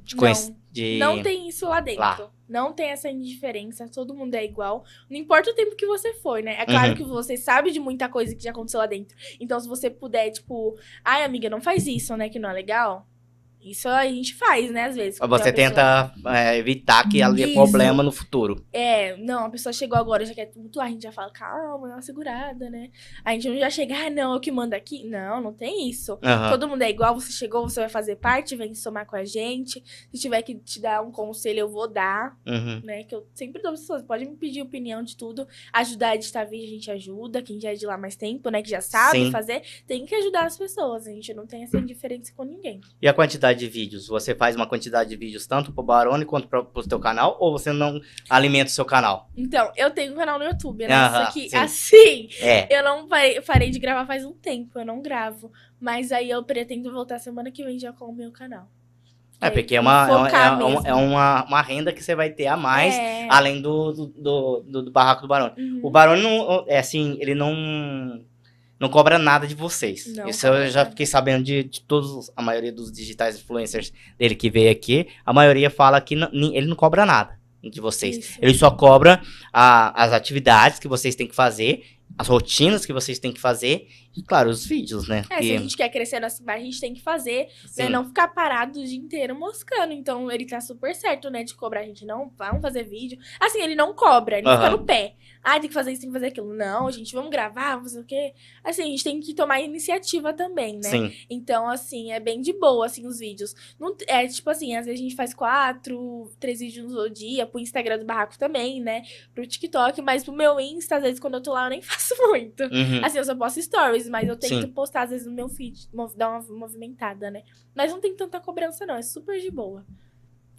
de, conhec- de... Não tem isso lá dentro. Lá. Não tem essa indiferença, todo mundo é igual. Não importa o tempo que você foi, né? É claro Uhum. que você sabe de muita coisa que já aconteceu lá dentro. Então, se você puder, tipo, ai, amiga, não faz isso, né? Que não é legal. Isso a gente faz, né? Às vezes. com Você aquela pessoa. tenta é, evitar que ela dê Isso. problema no futuro. É, não, a pessoa chegou agora, já quer tumultuar, a gente já fala, calma, dá uma segurada, né? A gente não já chega, ah, não, eu que mando aqui. Não, não tem isso. Aham. Todo mundo é igual, você chegou, você vai fazer parte, vem somar com a gente. Se tiver que te dar um conselho, eu vou dar. Uhum. né? Que eu sempre dou pra pessoas, pode me pedir opinião de tudo. Ajudar a editar vídeo, a gente ajuda. Quem já é de lá mais tempo, né? Que já sabe Sim. fazer, tem que ajudar as pessoas. A gente não tem essa indiferença com ninguém. E a quantidade de vídeos? Você faz uma quantidade de vídeos tanto pro Barone quanto pra, pro seu canal? Ou você não alimenta o seu canal? Então, eu tenho um canal no YouTube, né? Aham, Só que sim. assim, É. eu não parei, parei de gravar faz um tempo, eu não gravo. Mas aí eu pretendo voltar semana que vem já com o meu canal. É porque é uma, é uma- é Focar uma, mesmo. é uma, uma renda que você vai ter a mais, É. além do, do, do- do- do barraco do Barone. Uhum. O Barone não, é assim, ele não não cobra nada de vocês. Não Isso eu cobra já nada. fiquei sabendo de, de todos, os- a maioria dos digitais influencers dele que veio aqui, a maioria fala que não- nem- ele não cobra nada de vocês. Isso. Ele só cobra a- as atividades que vocês têm que fazer, as rotinas que vocês têm que fazer e, claro, os vídeos, né? É, se a gente quer crescer nessa imagem, a gente tem que fazer né, sim. não ficar parado o dia inteiro moscando. Então, ele tá super certo, né? De cobrar a gente. Não, vamos fazer vídeo. Assim, ele não cobra, ele fica Aham. no pé. Ah, tem que fazer isso, tem que fazer aquilo. Não, gente, vamos gravar, vamos fazer o quê? Assim, a gente tem que tomar iniciativa também, né? Sim. Então, assim, é bem de boa, assim, os vídeos. Não, t- é tipo assim, às vezes a gente faz quatro, três vídeos no dia, pro Instagram do Barraco também, né? Pro TikTok, mas pro meu Insta, às vezes quando eu tô lá, eu nem faço muito. Uhum. Assim, eu só posto stories, mas eu tento Sim. postar às vezes no meu feed, mov- dar uma movimentada, né? Mas não tem tanta cobrança, não. É super de boa.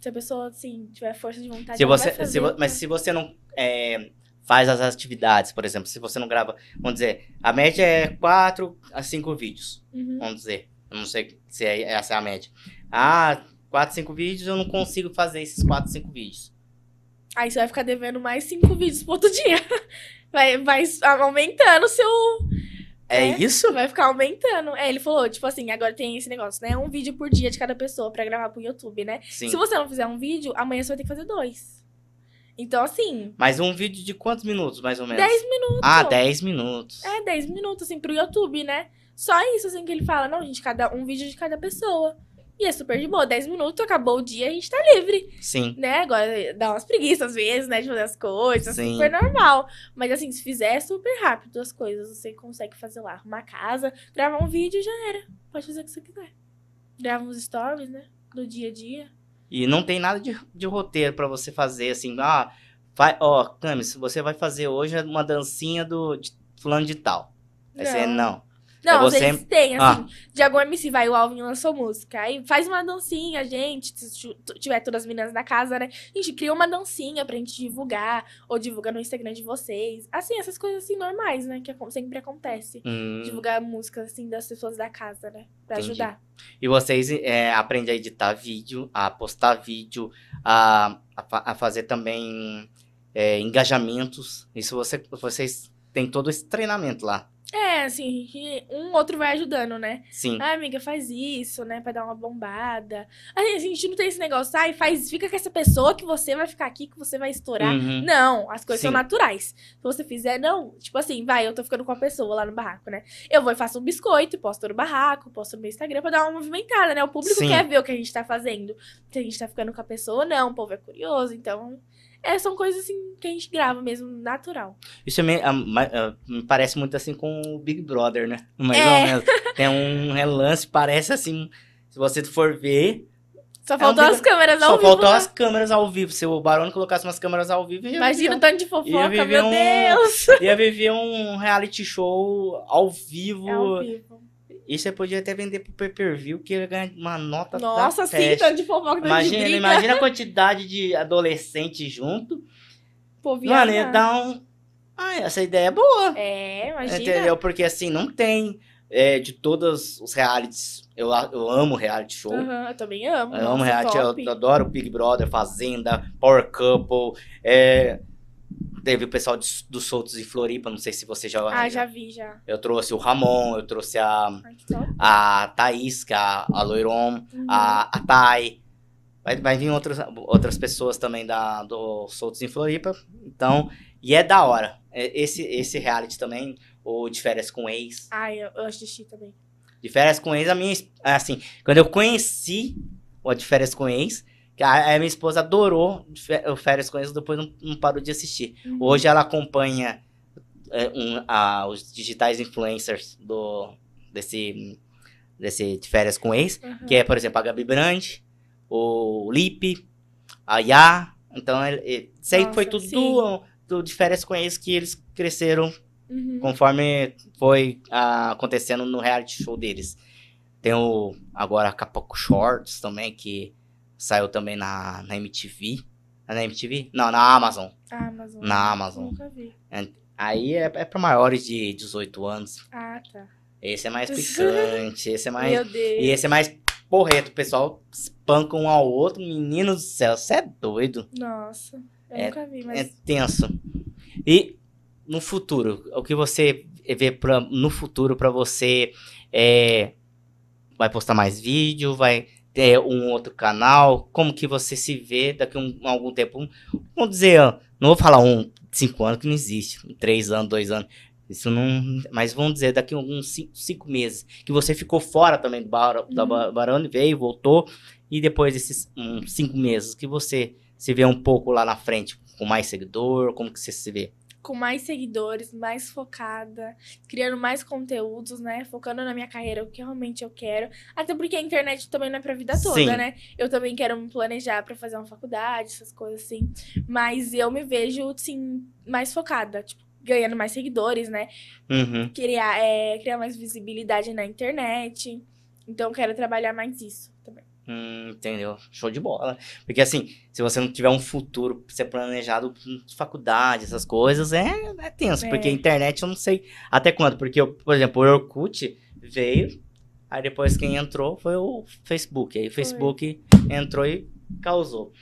Se a pessoa, assim, tiver força de vontade, Se ela você, vai fazer, se vo- né? mas se você não é, faz as atividades, por exemplo, se você não grava, vamos dizer, a média é 4 a 5 vídeos, Uhum. vamos dizer. Eu não sei se é, essa é a média. Ah, 4, 5 vídeos, eu não consigo fazer esses 4, 5 vídeos. Aí você vai ficar devendo mais cinco vídeos por outro dia. Vai, vai aumentando o seu. É, É. isso? Vai ficar aumentando. É, ele falou, tipo assim, agora tem esse negócio, né? Um vídeo por dia de cada pessoa pra gravar pro YouTube, né? Sim. Se você não fizer um vídeo, amanhã você vai ter que fazer dois. Então, assim, Mas um vídeo de quantos minutos, mais ou menos? 10 minutos. Ah, 10 minutos. É, 10 minutos, assim, pro YouTube, né? Só isso, assim, que ele fala. Não, gente, cada um vídeo de cada pessoa. E é super de boa. 10 minutos, acabou o dia, a gente tá livre, Sim. né? Agora dá umas preguiças às vezes, né? De fazer as coisas, Sim. super normal. Mas, assim, se fizer, é super rápido as coisas. Você consegue fazer lá, arrumar a casa, gravar um vídeo e já era. Pode fazer o que você quiser. Grava uns stories, né? Do dia a dia. E não tem nada de, de roteiro pra você fazer, assim, ah, vai, ó, Camis, você vai fazer hoje uma dancinha do de fulano de tal. Aí você, não. Não, É às você- vezes tem, Ah. assim, de algum MC vai, o Alvin lançou música, aí faz uma dancinha, gente, se tu- tu- tiver todas as meninas na casa, né? Gente, cria uma dancinha pra gente divulgar, ou divulga no Instagram de vocês. Assim, essas coisas assim, normais, né, que acon- sempre acontece. Hum, Divulgar músicas, assim, das pessoas da casa, né, pra Entendi. ajudar. E vocês é, aprendem a editar vídeo, a postar vídeo, a, a, fa- a fazer também é, engajamentos. Isso você, vocês têm todo esse treinamento lá. É, assim, que um outro vai ajudando, né? Sim. Ah, amiga, faz isso, né? Pra dar uma bombada. Aí, assim, A gente não tem esse negócio, ai, faz, fica com essa pessoa que você vai ficar aqui, que você vai estourar. Uhum. Não, as coisas são Sim. naturais. Se você fizer, não, tipo assim, vai, eu tô ficando com a pessoa lá no barraco, né? Eu vou e faço um biscoito, posto no barraco, posto no meu Instagram pra dar uma movimentada, né? O público Sim. quer ver o que a gente tá fazendo. Se a gente tá ficando com a pessoa ou não, o povo é curioso, então. É, são coisas assim que a gente grava mesmo, natural. Isso é me, a- ma- a- me parece muito assim com o Big Brother, né? Mais É. ou menos. Tem um relance, parece assim. Se você for ver, Só faltou um as câmeras ao só vivo. faltou né? as câmeras ao vivo. Se o Barone colocasse umas câmeras ao vivo, ia Imagina o viver, tanto de fofoca, viver meu um- Deus! ia viver um reality show ao vivo. É ao vivo. E você podia até vender pro pay-per-view que ia ganhar uma nota da Nossa, sim, festa. tanto de fofoca, tanto de Imagina, briga. imagina a quantidade de adolescente junto. Pô, Mano, ia viajar. dar um. Ah, essa ideia é boa. É, imagina. Entendeu? Porque assim, não tem é, de todos os realities. Eu, a- eu amo reality show. Aham, eu também amo. Eu amo nossa, reality, eu, top. eu adoro Big Brother, Fazenda, Power Couple. é, teve o pessoal de- dos Soltos em Floripa, não sei se você já. Ah, já vi, já. Eu trouxe o Ramon, eu trouxe a, Ai, que top. a Thaís, que é a, a Loiron, Uhum. a, a Thay. Vai, vai vir outros, outras pessoas também da, do Soltos em Floripa. Então, e é da hora. É, Esse, esse reality também, o de férias com ex. Ai, eu, eu assisti também. De férias com ex, a minha. es- Assim, quando eu conheci o de férias com ex, que a, a minha esposa adorou de fe- o férias com ex, depois não, não parou de assistir. Uhum. Hoje ela acompanha é, um- a- os digitais influencers do, desse, desse de férias com ex, Aham. que é, por exemplo, a Gabi Brandi, o Lipe, a Yá. Então, ele- ele- isso aí Nossa, foi tudo sim. do, do de férias com ex que eles cresceram Uhum. conforme foi ah, acontecendo no reality show deles. Tem o agora a Capoco Shorts também, que saiu também na, na MTV. É Na MTV? Não, na Amazon. Ah, Amazon. Na Amazon. Nunca vi. Aí é, é pra maiores de 18 anos. Ah, tá. Esse é mais picante, esse é mais. Meu Deus. E esse é mais porreto. O pessoal espanca um ao outro. Menino do céu, você é doido. Nossa, eu É- nunca vi, mas... É tenso. E no futuro, o que você vê pra, no futuro pra você é, vai postar mais vídeo, vai ter um outro canal? Como que você se vê daqui a um, algum tempo? Um- Vamos dizer, ó, não vou falar um cinco anos que não existe, um, três anos, dois anos. Isso não. Mas vamos dizer, daqui a alguns cinco, cinco meses. Que você ficou fora também do bar, da Uhum. Ba- Barone, veio, voltou. E depois desses uns cinco meses, que você se vê um pouco lá na frente, com mais seguidor, como que você se vê? Com mais seguidores, mais focada, criando mais conteúdos, né? Focando na minha carreira, o que realmente eu quero. Até porque a internet também não é pra vida toda, Sim. né? Eu também quero me planejar pra fazer uma faculdade, essas coisas assim. Mas eu me vejo, sim, mais focada. Tipo, ganhando mais seguidores, né? Uhum. criar, é, criar mais visibilidade na internet. Então, eu quero trabalhar mais isso também. Hum, entendeu? Show de bola. Porque assim, se você não tiver um futuro pra ser planejado, hum, faculdade, essas coisas, é, é tenso. É. Porque a internet eu não sei até quando. Porque, eu, por exemplo, o Orkut veio, aí depois quem entrou foi o Facebook. Aí o Foi. Facebook entrou e causou.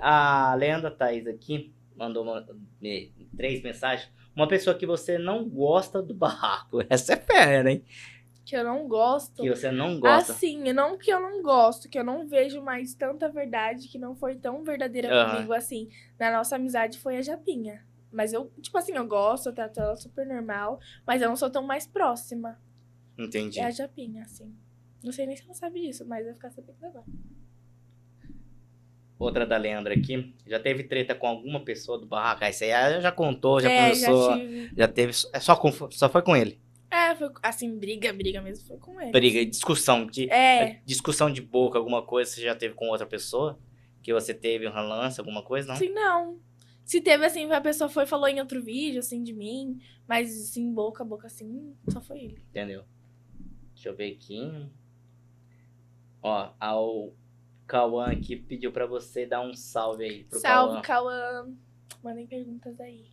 A Lenda Thaís aqui mandou uma- me- três mensagens. Uma pessoa que você não gosta do barraco. Essa é fera, hein? Que eu não gosto. Que você não gosta. Assim, não que eu não gosto, que eu não vejo mais tanta verdade que não foi tão verdadeira Aham. comigo assim. Na nossa amizade foi a Japinha. Mas eu, tipo assim, eu gosto, eu trato ela super normal, mas eu não sou tão mais próxima. Entendi. É a Japinha, assim. Não sei nem se ela sabe disso, mas vai ficar sabendo agora. Outra da Leandra aqui. Já teve treta com alguma pessoa do barraco? Ah, Isso aí ela já contou, já é, conversou. Já, tive. teve. é Só, com, só foi com ele. É, foi assim, briga, briga mesmo, foi com ele. Briga, discussão. De, É, Discussão de boca, alguma coisa você já teve com outra pessoa? Que você teve um relance, alguma coisa, não? assim, não. Se teve, assim, a pessoa foi e falou em outro vídeo, assim, de mim, mas, assim, boca a boca, assim, só foi ele. Entendeu? Deixa eu ver aqui. Ó, ao Cauã aqui pediu pra você dar um salve aí pro Cauã. Salve, Cauã. Mandem perguntas aí.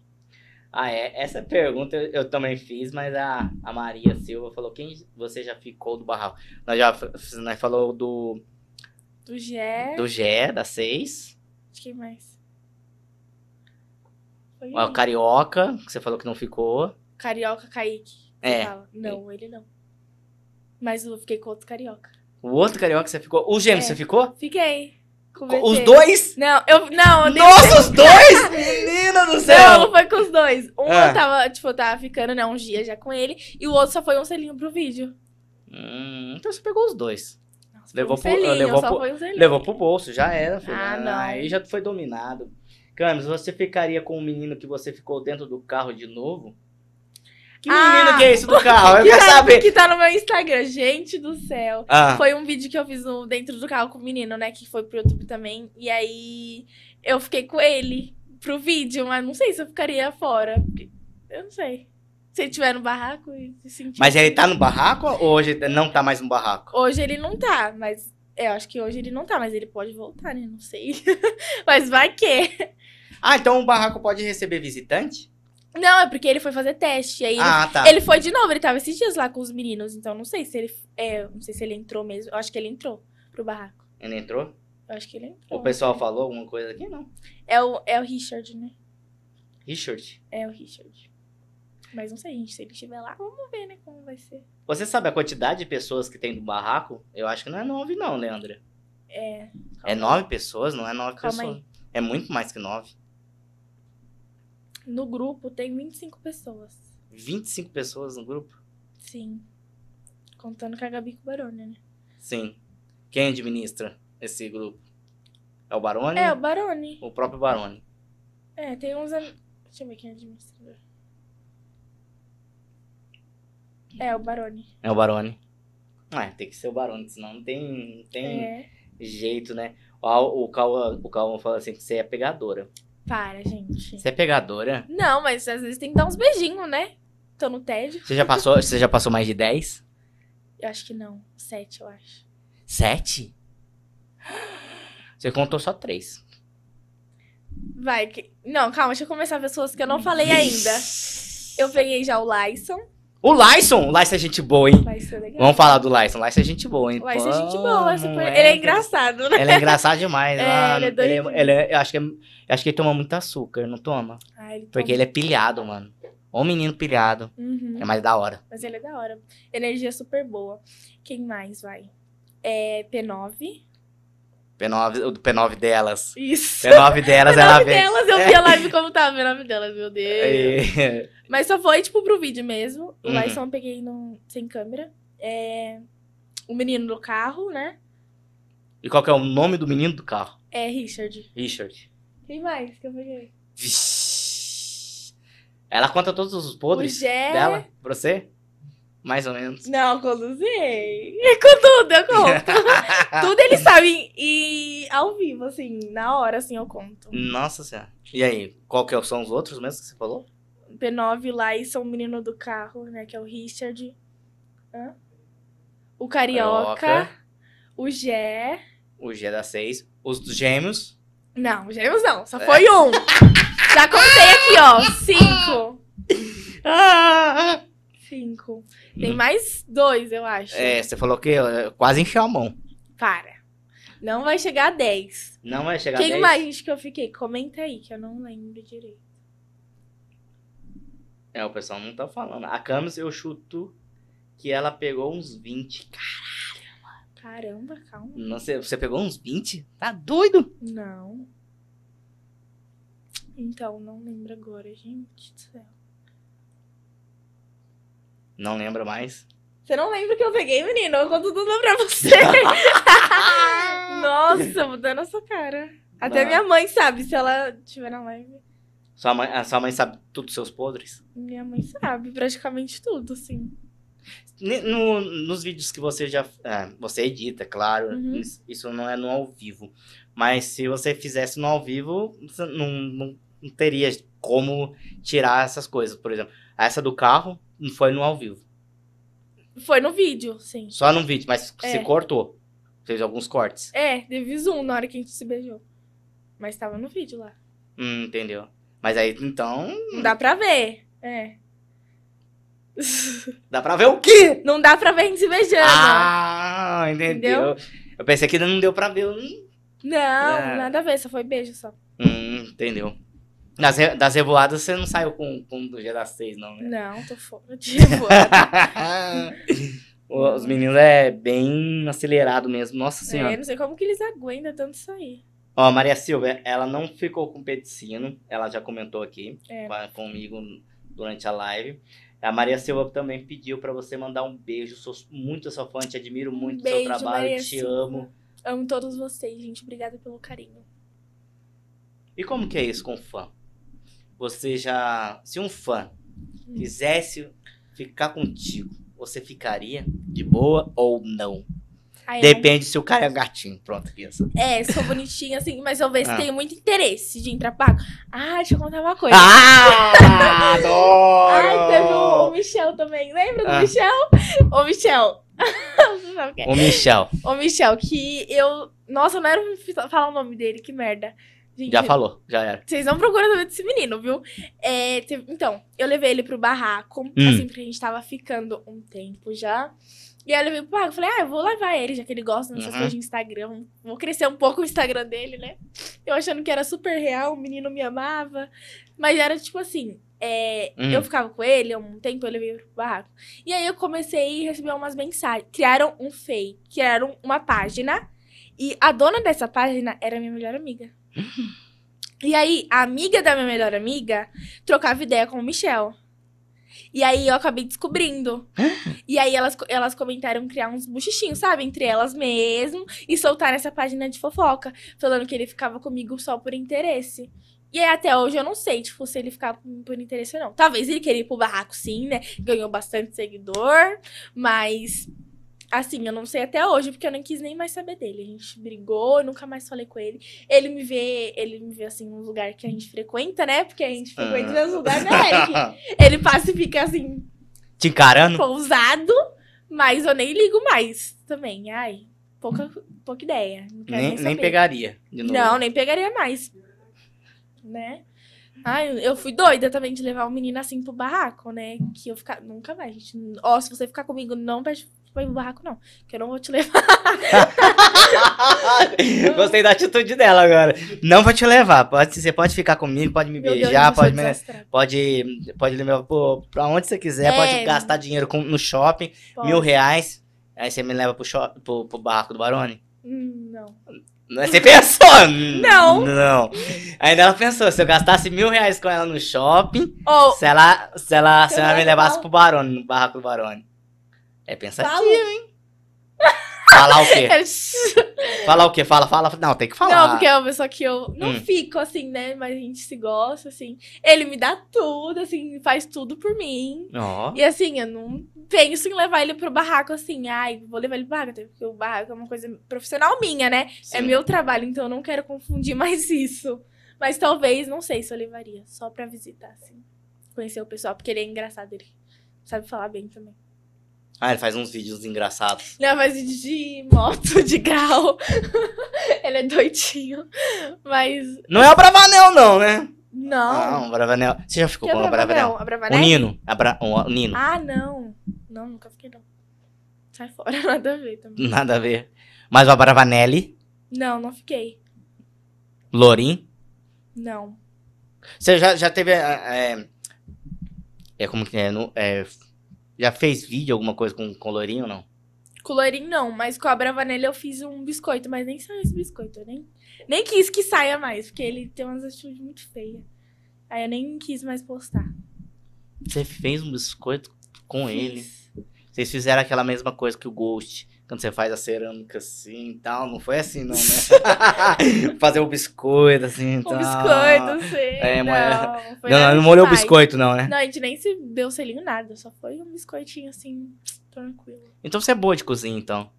Ah, é. Essa pergunta eu, eu também fiz, mas a, a Maria Silva falou: quem você já ficou do barraco? Nós já f- f- nós falou do, Do Gé. do Gé, da seis De quem mais? Foi Ó, ele. O Carioca, que você falou que não ficou. Carioca Kaique. que É. fala. Não, ele não. Mas eu fiquei com outro carioca. O outro Carioca você ficou. O Gêmeo É. você ficou? Fiquei. Com o Co- Os VT. dois? Não, eu. é. Não, eu nem- Nossa, os dois? Menina do Não, céu! foi com os dois. Um Ah. eu tava, tipo, eu tava ficando, né, uns dias já com ele. E o outro só foi um selinho pro vídeo. Hum, então você pegou os dois. Nossa, Levou foi pro- um selinho, levou só pro- foi um selinho. Levou pro bolso, já era, filho. Ah, não. Aí já foi dominado. Camis, você ficaria com o menino que você ficou dentro do carro de novo? Que menino Ah! que é esse do carro? Eu Que quero tá, saber. que tá no meu Instagram, gente do céu. Ah, Foi um vídeo que eu fiz no, dentro do carro com o menino, né? Que foi pro YouTube também. E aí eu fiquei com ele pro vídeo, mas não sei se eu ficaria fora. porque Eu não sei. Se ele tiver no barraco e se sentir. mas ele tá no barraco ou hoje não tá mais no barraco? Hoje ele não tá, mas. é, Eu acho que hoje ele não tá, mas ele pode voltar, né? Não sei. mas vai que. Ah, então o barraco pode receber visitante? Não, é porque ele foi fazer teste. E aí ele Ah, tá. Ele foi de novo, ele tava esses dias lá com os meninos, então não sei se ele. É, não sei se ele entrou mesmo. Eu acho que ele entrou pro barraco. Ele entrou? Eu acho que ele entrou. O pessoal falou alguma coisa aqui? Não. É o, é o Richard, né? Richard, É o Richard. Mas não sei, gente, se ele estiver lá, vamos ver, né, como vai ser. você sabe a quantidade de pessoas que tem no barraco? Eu acho que não é nove, não, Leandra. É. É nove pessoas, não é nove Calma pessoas. É muito mais que nove. No grupo tem 25 pessoas. 25 pessoas no grupo? Sim. Contando com a Gabi Barone, né? Sim. Quem administra esse grupo? É o Barone? É, o Barone. O próprio Barone. É, tem uns. am- Deixa eu ver quem é o administrador. É, o Barone. É o Barone. Ah, tem que ser o Barone, senão não tem, não tem É. jeito, né? O o Cauã o Cauã fala assim que você é pegadora. Para, gente. Você é pegadora? Não, mas às vezes tem que dar uns beijinhos, né? Tô no tédio. Você já passou, você já passou mais de 10? Eu acho que não. Sete, eu acho. Sete? Você contou só três. Vai, que... Não, calma, deixa eu começar pessoas que eu não falei ainda. Eu peguei já o Lyson. O Lyson! O Lyson é gente boa, hein? Vai ser legal. Vamos falar do Lyson. Lyson é gente boa, hein? Vai ser gente Pô, boa, super... moleque. ele é engraçado, né? Ele é engraçado demais. É, mano. ele é Ele doidinho. ele é- eu acho que, é- eu acho que ele toma muito açúcar, não toma? Ah, ele Porque ele é pilhado, mano. Ou menino pilhado. Uhum. É mais da hora. Mas ele é da hora. Energia super boa. Quem mais vai? É P9. P9, o do P9 delas. Isso. P9 delas, ela P9 vem. delas, eu vi a live como tava. P9 delas, meu Deus. É. Mas só foi, tipo, pro vídeo mesmo. O Uhum. Lyson eu peguei no... sem câmera. É... O menino do carro, né? E qual que é o nome do menino do carro? É Richard. Richard. Quem mais que eu peguei? Vixe. Ela conta todos os O podres Gé. dela pra você? Mais ou menos. Não, conduzei. Com tudo, eu conto. tudo ele sabe e ao vivo, assim, na hora, assim, eu conto. Nossa senhora. E aí, qual que são os outros mesmo que você falou? P9 lá e são o menino do carro, né? Que é o Richard. Hã? O Carioca. O Gé. O G dá 6. Os gêmeos. Não, gêmeos não. É. Só foi um. Já contei aqui, ó. Cinco. Ah! Cinco. Tem Hum. mais dois, eu acho. É, você falou que eh, quase encheu a mão. Para. Não vai chegar a dez. Não vai chegar a Quem 10. mais, gente, que eu fiquei? Comenta aí, que eu não lembro direito. É, o pessoal não tá falando. A Camis, eu chuto que ela pegou uns 20. Cara, Caramba, calma. não sei, você pegou uns 20? Tá doido? Não. Então, não lembro agora, gente do céu. Não lembra mais. Você não lembra o que eu peguei, menino? Eu conto tudo pra você. Nossa, mudando a sua cara. Até Não. minha mãe sabe, se ela estiver na live. Sua mãe, a sua mãe sabe tudo dos seus podres? Minha mãe sabe praticamente tudo, assim. Ne- no- nos vídeos que você já. ah, você edita, claro. Uhum. Isso, isso não é no ao vivo. Mas se você fizesse no ao vivo, você não, não, não teria como tirar essas coisas. Por exemplo, essa do carro não foi no ao vivo. Foi no vídeo, sim. Só num vídeo, mas É. se cortou. Fez alguns cortes. É, teve zoom na hora que a gente se beijou. Mas tava no vídeo lá. Hum, entendeu? Mas aí, então, Não dá pra ver. É. dá pra ver o quê? Não dá pra ver a gente se beijando. Ah, entendeu? Eu pensei que não deu pra ver. Hum, Não, É. nada a ver, só foi beijo só. hum, entendeu? Das, re- das revoadas você não saiu com, com do G das 6, não, né? Não, tô fora de boa. Os meninos é bem acelerado mesmo, nossa É, senhora. não sei como que eles aguentam tanto sair. Ó, Maria Silva, ela não ficou com pedicino, ela já comentou aqui É. com a- comigo durante a live. A Maria Silva também pediu pra você mandar um beijo, sou muito sua fã, te admiro muito o seu Um Beijo, trabalho, Maria te Silva. amo. Amo todos vocês, gente. Obrigada pelo carinho. E como que é isso com fã? Você já. Se um fã Hum. quisesse ficar contigo, você ficaria de boa ou não? Ai, Depende se o cara é um gatinho. Pronto, aqui essa. É, sou bonitinha, assim, mas eu vejo Ah. se tem muito interesse de entrar pago. Ah, deixa eu contar uma coisa. Ah! um adoro! Ai, teve o, o Michel também. Lembra do Ah. Michel? Ô, Michel. Você sabe quem é. O Michel, Ô, Michel, que eu. Nossa, eu não era pra fi- falar o nome dele, que merda. Gente, já falou, já era. Vocês não procuram saber desse menino, viu? É, teve- Então, eu levei ele pro barraco, Hum. assim, porque a gente tava ficando um tempo já. E aí eu levei pro barraco, falei, ah, eu vou levar ele, já que ele gosta dessas Uhum. coisas de Instagram. Vou crescer um pouco o Instagram dele, né? Eu achando que era super real, o menino me amava. Mas era tipo assim, é, Hum. eu ficava com ele há um tempo, eu levei pro barraco. E aí eu comecei a receber umas mensagens. Criaram um fake, criaram uma página. E a dona dessa página era minha melhor amiga. E aí, a amiga da minha melhor amiga trocava ideia com o Michel. E aí eu acabei descobrindo. e aí elas, co- elas comentaram criar uns buchichinhos, sabe? Entre elas mesmo. E soltar essa página de fofoca. Falando que ele ficava comigo só por interesse. E aí, até hoje eu não sei, tipo, se ele ficava por- por interesse ou não. Talvez ele queria ir pro barraco, sim, né? Ganhou bastante seguidor. Mas, assim, eu não sei até hoje, porque eu não quis nem mais saber dele. A gente brigou, eu nunca mais falei com ele. Ele me vê, ele me vê assim, num lugar que a gente frequenta, né? Porque a gente frequenta Ah. os mesmos lugares, né, Eric? Ele passa e fica assim, Te encarando? pousado, mas eu nem ligo mais também. Ai, pouca, pouca ideia. Não quero nem, Nem, nem saber. pegaria. De novo. Não, nem pegaria mais. Né? Ai, eu fui doida também de levar um menino assim pro barraco, né? Que eu ficar. Nunca mais, gente. Ó, se você ficar comigo, não pede pra ir pro barraco, não. Que eu não vou te levar. Gostei da atitude dela agora. Não vou te levar. Pode, você pode ficar comigo, pode me Meu Deus, beijar, eu sou pode me. desastrada. Pode, pode levar pro- pra onde você quiser, É. pode gastar dinheiro com- no shopping, Pode. mil reais. Aí você me leva pro, shop, pro, pro barraco do Barone. Hum, Não. Você pensou? Hum, Não. Não. Ainda ela pensou, se eu gastasse mil reais com ela no shopping, Ó, se ela, se ela, se Eu ela me levo levasse ela. pro Barone, no barraco do Barone. É pensativo, Falo. hein? Falar o quê? é- Falar o quê? Fala, fala. Não, tem que falar. Não, porque é uma pessoa que eu não Hum. fico assim, né? Mas a gente se gosta, assim. Ele me dá tudo, assim, faz tudo por mim. Ó. E assim, eu não penso em levar ele pro barraco assim, ai, vou levar ele pro barraco, até porque o barraco é uma coisa profissional minha, né? É sim. meu trabalho, então eu não quero confundir mais isso. Mas talvez, não sei se eu levaria, só pra visitar, assim. Conhecer o pessoal, porque ele é engraçado, ele sabe falar bem também. Ah, ele faz uns vídeos engraçados. Não, mas de moto, de grau. ele é doidinho. Mas. Não é o Bravanel, não, né? Não. Não, o Bravanel. Você já ficou Que é com o Bravanel? O Abravanel? Nino. Abra... O Nino. Ah, não. Não, nunca fiquei, não. Sai fora, nada a ver também. Nada a ver. Mas o Bravanelli, Não, não fiquei. Lorim. Não. Você já, já teve. É, é, é como que é, no- é, Já fez vídeo, alguma coisa com, com Lourinho ou não? Com o loirinho, não. Mas com a Bravanelli eu fiz um biscoito. Mas nem saiu esse biscoito. Eu nem, nem quis que saia mais. Porque ele tem umas atitudes muito feias. Aí eu nem quis mais postar. Você fez um biscoito com ele. Fiz. Vocês fizeram aquela mesma coisa que o Ghost. Quando você faz a cerâmica assim e tal. Não foi assim, não, né? Fazer o biscoito assim e Um tal. biscoito, não sei. É, É, mas- não, foi Não, não, nada não molhou o demais. biscoito, não, né? Não, a gente nem se deu selinho nada, só foi um biscoitinho assim, tranquilo. Então você é boa de cozinha, então.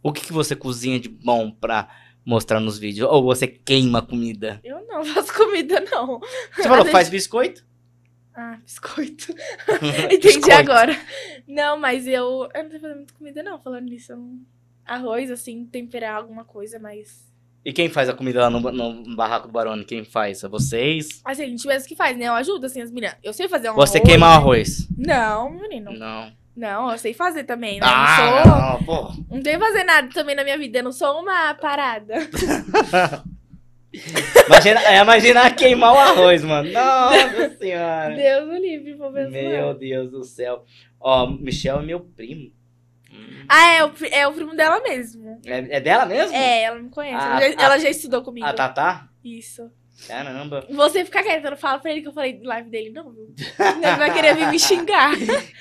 O que, que você cozinha de bom pra mostrar nos vídeos? Ou você queima a comida? Eu não faço comida, não. Você falou, Às faz biscoito? Ah, biscoito. Entendi Biscoito. agora. Não, mas eu. Eu não sei fazer muita comida, não, falando nisso. eu não- Arroz, assim, temperar alguma coisa, mas. E quem faz a comida lá no, no barraco do Barone? Quem faz? É vocês? Assim, a gente mesmo que faz, né? Eu ajudo, assim, as meninas. Eu sei fazer um Você arroz. queima o arroz? Não, menino. Não. Não, eu sei fazer também, né? não sou. Ah, não, pô. Não tem fazer nada também na minha vida. Eu não sou uma parada. Imagina, é, imagina queimar o arroz, mano. Nossa senhora. Deus o livre, vou ver É. Meu Deus do céu. Ó, Michel é meu primo. Hum. Ah, é o, pri- é o primo dela mesmo. É, é dela mesmo? É, ela me conhece. Ah, ela, já, ah. ela já estudou comigo. A Tatá? Isso. Caramba. Você fica quieta, eu não fala pra ele que eu falei do live dele, não, viu? Senão Ele vai querer vir me xingar.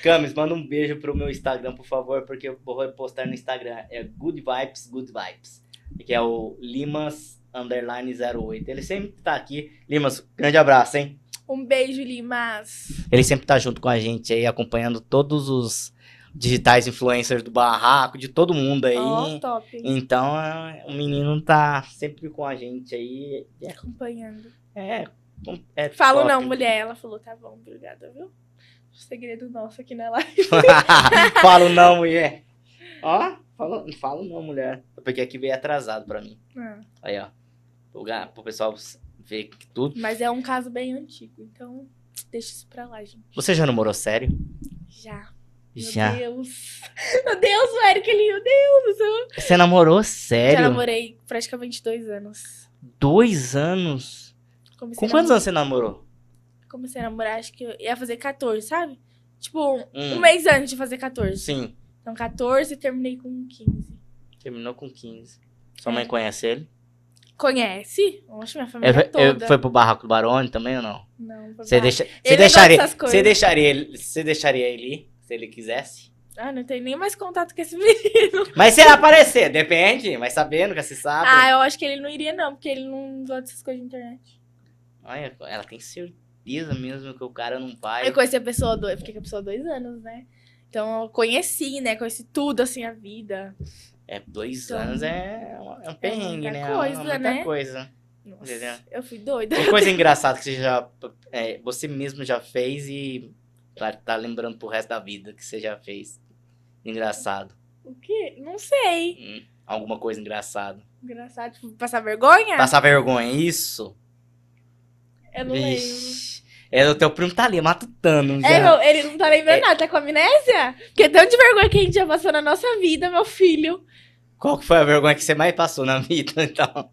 Camis, manda um beijo pro meu Instagram, por favor, porque eu vou postar no Instagram. É Good Vibes, Good Vibes. Que é o Limas underline 08. Ele sempre tá aqui. Limas, grande abraço, hein? Um beijo, Limas. Ele sempre tá junto com a gente aí, acompanhando todos os digitais influencers do barraco, de todo mundo aí. Ó, top. Então, é, o menino tá sempre com a gente aí. Acompanhando. É, é Falo top. não, mulher. Ela falou, tá bom, obrigada, viu? Segredo nosso aqui é na live. falo não, mulher. Ó, falo, falo não, mulher. Porque aqui veio atrasado pra mim. Ah, Aí, ó. Pro, ga- pro pessoal ver que tudo. mas é um caso bem antigo, então deixa isso pra lá, gente. Você já namorou sério? Já. Meu já. Deus. Meu Deus, o Eric, é ele, meu Deus. Eu... Você namorou Já sério? namorei praticamente dois anos. Dois anos? Comecei Com a quantos namorar- anos você namorou? Comecei a namorar, acho que eu ia fazer 14, sabe? Tipo, um, Hum, um mês antes de fazer 14. Sim. Então, 14 e terminei com 15. Terminou com 15. Sua mãe conhece ele? Conhece? Oxe, É. minha Ele família foi- ele toda. É, foi pro barraco do Barone também ou não? Não, foi Você pra- deixa, você gosta deixaria, dessas você coisas. deixaria ele, você deixaria ele ir, se ele quisesse? Ah, não tenho nem mais contato com esse menino. Mas se ele aparecer, depende, mas sabendo que se sabe. Ah, eu acho que ele não iria, não, porque ele não gosta dessas coisas de internet. Olha, ela tem certeza mesmo que o cara não vai. Eu conheci a pessoa, do... eu fiquei com a pessoa há dois anos, né? Então, eu conheci, né? Conheci tudo, assim, a vida. É, dois Então, anos é, um- é um perrengue, né? muita É coisa, muita né? coisa. Nossa, Entendeu? eu fui doida. Uma coisa engraçada que você já. é, você mesmo já fez e claro, tá lembrando pro resto da vida que você já fez. Engraçado. O quê? Não sei. Hum, alguma coisa engraçada. Engraçado, tipo, passar vergonha? Passar vergonha, isso? Eu não lembro. Vixe. É, o teu primo tá ali matutando. Já. É, meu, ele não tá lembrando É. nada, tá com amnésia? Porque é tanto de vergonha que a gente já passou na nossa vida, meu filho. Qual que foi a vergonha que você mais passou na vida, então?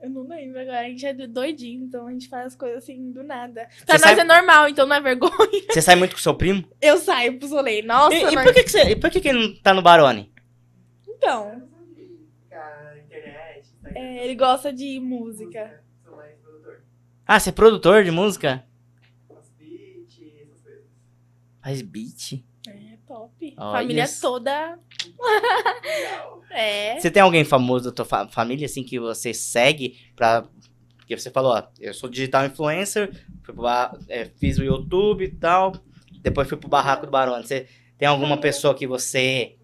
Eu não lembro agora, a gente é doidinho, então a gente faz as coisas assim do nada. Pra Você nós sabe- é normal, então não é vergonha. Você sai muito com seu primo? Eu saio pro solê. Nossa, E, e mas- por que, que você- e por que que ele não tá no Barone? então. Ficar internet, Instagram, é, ele gosta de música. sou mais produtor. Ah, você é produtor de música? Faço beat, essas coisas. Faz beat. É top. Olha Família isso. toda. Legal. É. Você tem alguém famoso da tua fa- família, assim, que você segue pra... Porque você falou, ó, eu sou digital influencer, fui pro ba- é, fiz o YouTube e tal, depois fui pro Barraco do Barone. Você tem Uhum. alguma pessoa que você...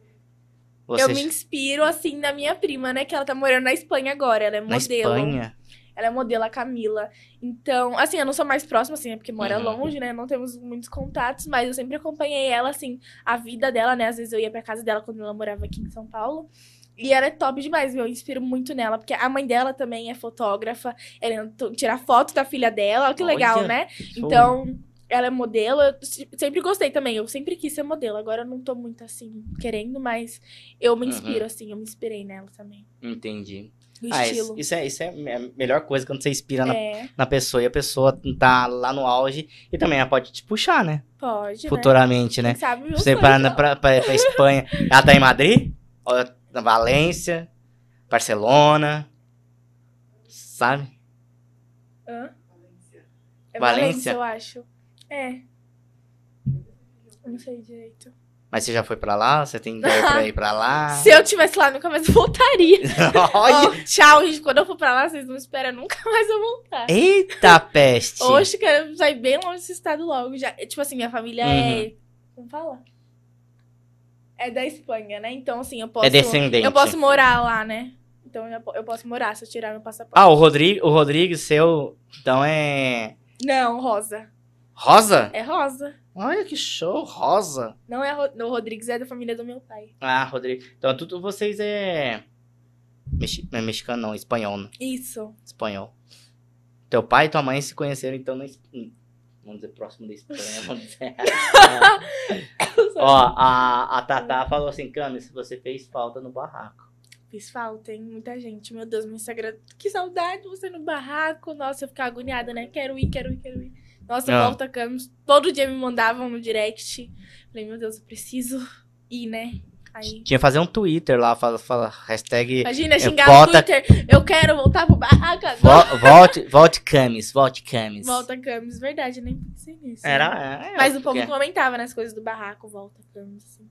você Eu me inspiro, assim, na minha prima, né? Que ela tá morando na Espanha agora. Ela é Na modelo. Espanha? Ela é modelo, a Camila. Então, assim, eu não sou mais próxima, assim, é porque mora Uhum. longe, né? Não temos muitos contatos, mas eu sempre acompanhei ela, assim, a vida dela, né? Às vezes eu ia pra casa dela quando ela morava aqui em São Paulo. E ela é top demais, meu. Eu inspiro muito nela, porque a mãe dela também é fotógrafa. Ela to- tira foto da filha dela, olha que legal, Olha, né? show. Então, um. ela é modelo. Eu se- sempre gostei também. Eu sempre quis ser modelo. Agora eu não tô muito assim querendo, mas eu me inspiro, Uhum. assim. Eu me inspirei nela também. Entendi. No Ah, isso, estilo. isso é, isso é a melhor coisa quando você inspira na, É, na pessoa e a pessoa tá lá no auge e também ela pode te puxar, né? pode, né? Futuramente, né? Quem sabe viu? Você para pra, pra, pra Espanha. Ela tá em Madrid? Ou Na Valência? Barcelona? Sabe? Hã? Valência. É Valência? Valência, eu acho. É. Eu Não sei direito. Mas você já foi pra lá? Você tem ideia pra ir pra lá? Se eu tivesse lá, nunca mais eu voltaria. Ah. Olha! Ó, tchau, gente. Quando eu for pra lá, vocês não esperam nunca mais eu voltar. Eita peste! Hoje quero sair bem longe desse estado logo. Já, tipo assim, minha família é. Uhum. Como fala? É da Espanha, né? Então, assim, eu posso. é descendente. eu posso morar lá, né? Então eu po- eu posso morar se eu tirar meu passaporte. Ah, o Rodrigo, o Rodrigo seu, então é Não, Rosa. Rosa? É Rosa. Olha que show, Rosa. Não é Ro... o Rodrigues, é da família do meu pai. Ah, Rodrigo. Então tudo vocês é Mexi... não é mexicano não, espanhol, né? Isso. espanhol. Teu pai e tua mãe se conheceram então na Espanha. Vamos dizer próximo da Espanha, vamos dizer. Ó, a, a Tatá falou assim, Camis, você fez falta no barraco. Fiz falta, hein? Muita gente. Meu Deus, meu Instagram. Que saudade você no barraco. Nossa, eu ficava agoniada, né? Quero ir, quero ir, quero ir. Nossa, Ah. volta, Camus. Todo dia me mandavam no direct. Falei, meu Deus, eu preciso ir, né? Aí. Tinha que fazer um Twitter lá, fala, fala hashtag Imagina, xingar volta- no Twitter. é Eu quero voltar pro barraco agora. vo- volte, volte Camis, volte Camis. tá. Volta, Camus. Verdade, eu nem pensei nisso. né? Era, é, Mas o povo porque- comentava nas coisas do barraco, volta, Camus. Assim.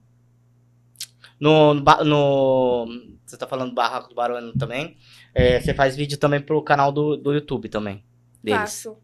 No, no, ba- no- Você tá falando do Barraco do Barulho também. É, você faz vídeo também pro canal do, do YouTube também. Deles. Faço.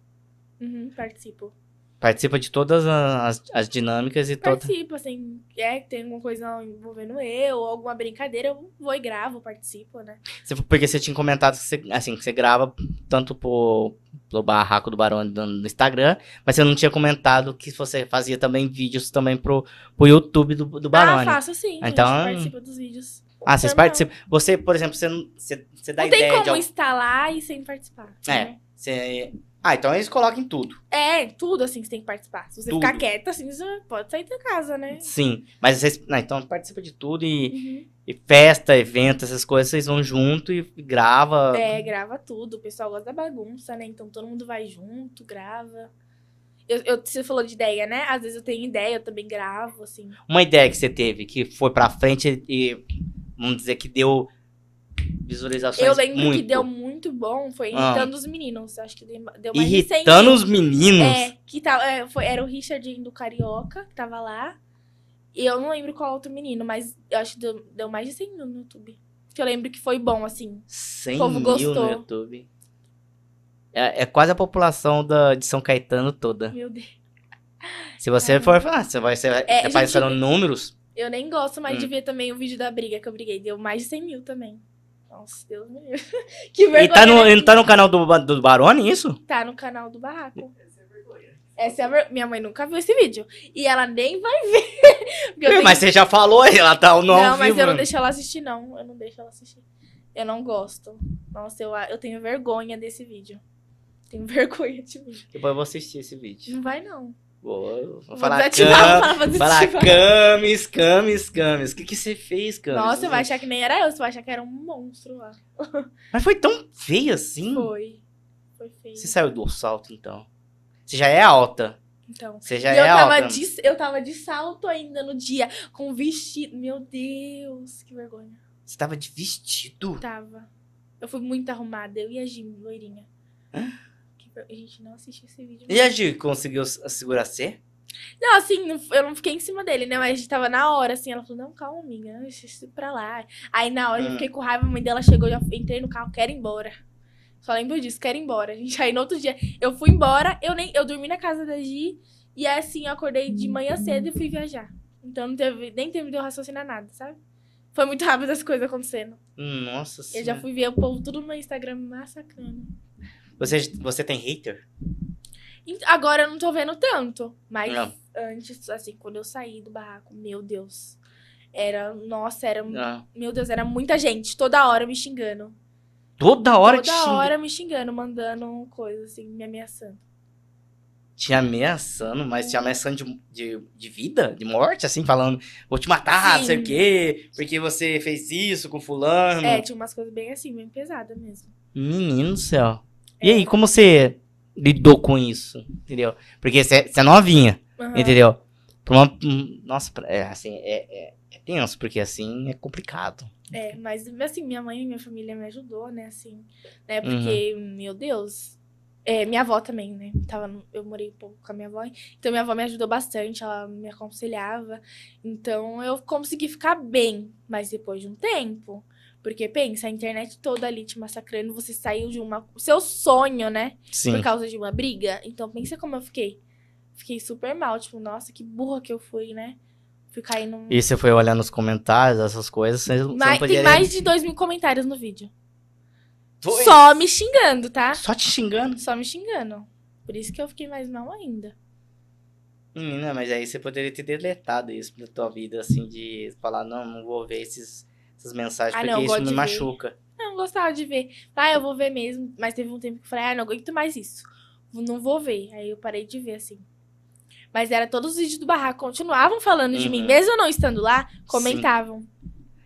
Uhum, participo. Participa de todas a- as, as dinâmicas e toda. Participo, assim, é que tem alguma coisa envolvendo eu, ou alguma brincadeira, eu vou e gravo, participo, né? Você- porque você tinha comentado que você, assim, que você grava tanto pro, pro Barraco do Barulho no, no Instagram, mas você não tinha comentado que você fazia também vídeos também pro, pro YouTube do, do Ah, Barone. Ah, faço sim. Então- A gente participa dos vídeos. vocês normal. participam. Você, por exemplo, você, não- você, você dá Não tem ideia como de algum- estar lá e sem participar. É. né? você- Ah, então eles colocam em tudo. É, tudo assim você tem que participar. Se você Tudo. ficar quieta, assim, você pode sair da casa, né? Sim. Mas vocês. ah, então participa de tudo e. Uhum. E festa, evento, essas coisas, vocês vão junto e grava. É, grava tudo. O pessoal gosta da bagunça, né? Então todo mundo vai junto, grava. Eu, eu- você falou de ideia, né? Às vezes eu tenho ideia, eu também gravo, assim. Uma ideia que você teve, que foi pra frente e, vamos dizer, que deu visualizações Eu lembro muito. que deu muito bom, foi Ah. irritando os meninos. Acho que deu deu mais de 100 Irritando os meninos. É, que tal, é, foi, era o Richardinho do Carioca, que tava lá. E eu não lembro qual outro menino, mas eu acho que deu, deu mais de 100 mil no YouTube. Que eu lembro que foi bom, assim. 100 O povo mil no gostou. YouTube. É, é quase a população da, de São Caetano toda. Meu Deus. Se você for falar, você vai ser É, gente, aparecendo números. Eu nem gosto mais Hum. de ver também o vídeo da briga que eu briguei. Deu mais de 100 mil também. Nossa, Deus me livre. Que vergonha. E tá no, né? e tá no canal do, Ba- do Barone, isso? Tá no canal do Barraco. Essa é vergonha. Essa é a ver- Minha mãe nunca viu esse vídeo. E ela nem vai ver. Porque eu tenho Mas você já falou, ela tá o nome. Não, mas eu não deixo ela assistir, não. Eu não deixo ela assistir. Eu não gosto. Nossa, eu, eu tenho vergonha desse vídeo. Tenho vergonha de mim. Depois eu vou assistir esse vídeo. Não vai, não. Vou, vou Vou falar desativar, vou falar, vou Falar, desativar. Camis, Camis, Camis. O que, que você fez, Camis? Nossa, você vai achar que nem era eu, você vai achar que era um monstro lá. Mas foi tão feio assim? Foi. Foi feio. Você saiu do salto, então. Você já é alta. Então. Você já E eu, é tava alta. de, eu tava de salto ainda no dia, com um vestido. Meu Deus, que vergonha. Você tava de vestido. Tava. Eu fui muito arrumada, eu e a Jim, loirinha. Que ver- Gente, não assistiu esse vídeo. E a Gi conseguiu s- segurar você? Não, assim, não- eu não fiquei em cima dele, né? Mas a gente tava na hora, assim, ela falou, não, calma, amiga, deixa isso pra lá. Aí na hora Ah. eu fiquei com raiva, a mãe dela chegou, eu já entrei no carro, quero ir embora. Só lembro disso, quero ir embora. Gente, aí no outro dia eu fui embora, eu nem eu dormi na casa da Gi, e aí assim, eu acordei de manhã cedo e fui viajar. Então não teve, nem teve de eu raciocinar nada, sabe? Foi muito rápido as coisas acontecendo. Nossa Eu já senhora. fui ver o povo tudo no meu Instagram me massacrando. Você, você tem hater? E Agora eu não tô vendo tanto, mas Não. antes, assim, quando eu saí do barraco, meu Deus. Era, nossa, era, Não. meu Deus, era muita gente, toda hora me xingando. Toda hora te toda xinga. hora me xingando, mandando coisa assim, me ameaçando. Te ameaçando, mas Uhum. te ameaçando de, de, de vida, de morte, assim, falando, vou te matar, não sei o Sim. quê, porque você fez isso com fulano. É, tinha umas coisas bem assim, bem pesada mesmo. Menino do céu. É. E aí, como você lidou com isso? Entendeu? Porque você você é novinha, Aham. entendeu? Pra uma- hum, nossa, pra- é, assim, é, é, é tenso, porque assim é complicado. É, mas assim, minha mãe e minha família me ajudou, né, assim, né, Uhum. porque, meu Deus, é, minha avó também, né, tava, no- eu morei um pouco com a minha avó, então minha avó me ajudou bastante, ela me aconselhava, então eu consegui ficar bem, mas depois de um tempo, porque pensa, a internet toda ali te massacrando, você saiu de uma, seu sonho, né, Sim. por causa de uma briga. Então pensa como eu fiquei. Fiquei super mal, tipo, nossa, que burra que eu fui, né? Fui cair num. E você foi olhando os comentários, essas coisas, você, você Ma- não podia... Tem mais de dois mil comentários no vídeo. Dois? Só me xingando, tá? Só te xingando? Só me xingando. Por isso que eu fiquei mais mal ainda. Menina, mas aí você poderia ter deletado isso da tua vida, assim, de falar, não, não vou ver esses, essas mensagens, Ah, porque não, isso gosto me de ver. machuca. Não, gostava de ver. Ah, eu vou ver mesmo. Mas teve um tempo que eu falei, ah, não aguento mais isso. Não vou ver. Aí eu parei de ver, assim. Mas era todos os vídeos do barraco. Continuavam falando de mim. Uhum. Mesmo eu não estando lá, comentavam.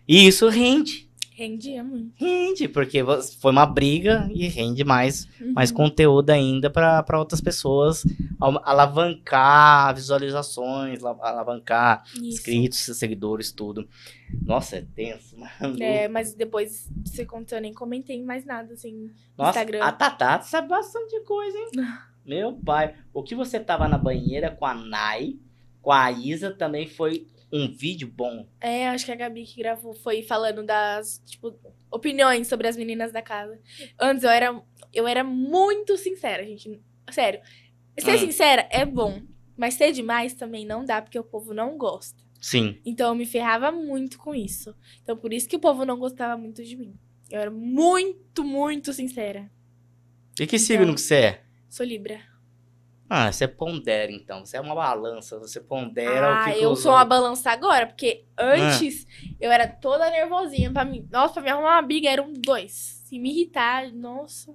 E isso rende, Rendia muito. rende, porque vo- foi uma briga e rende mais, mais Uhum. conteúdo ainda pra pra outras pessoas al- alavancar visualizações, la- alavancar Uhum. Isso. inscritos, seguidores, tudo. Nossa, é tenso, mano. É, mas depois de você contou, eu nem comentei mais nada, assim. Nossa, Instagram. a Tatá sabe bastante coisa, hein? Meu pai, o que você tava na banheira com a Nai, com a Isa, também foi um vídeo bom. É, acho que a Gabi que gravou foi falando das, tipo, opiniões sobre as meninas da casa. Antes eu era, eu era muito sincera, gente. Sério. Ser Hum. sincera é bom, mas ser demais também não dá, porque o povo não gosta. Sim. Então eu me ferrava muito com isso. Então por isso que o povo não gostava muito de mim. Eu era muito, muito sincera. E que Então signo que você é? Sou Libra. Ah, você pondera então. Você é uma balança, você pondera o ah, que É. que eu os sou uma outros- balança agora, porque antes eu era toda nervosinha pra mim. Nossa, pra me arrumar uma briga era um dois. Se me irritar, nossa,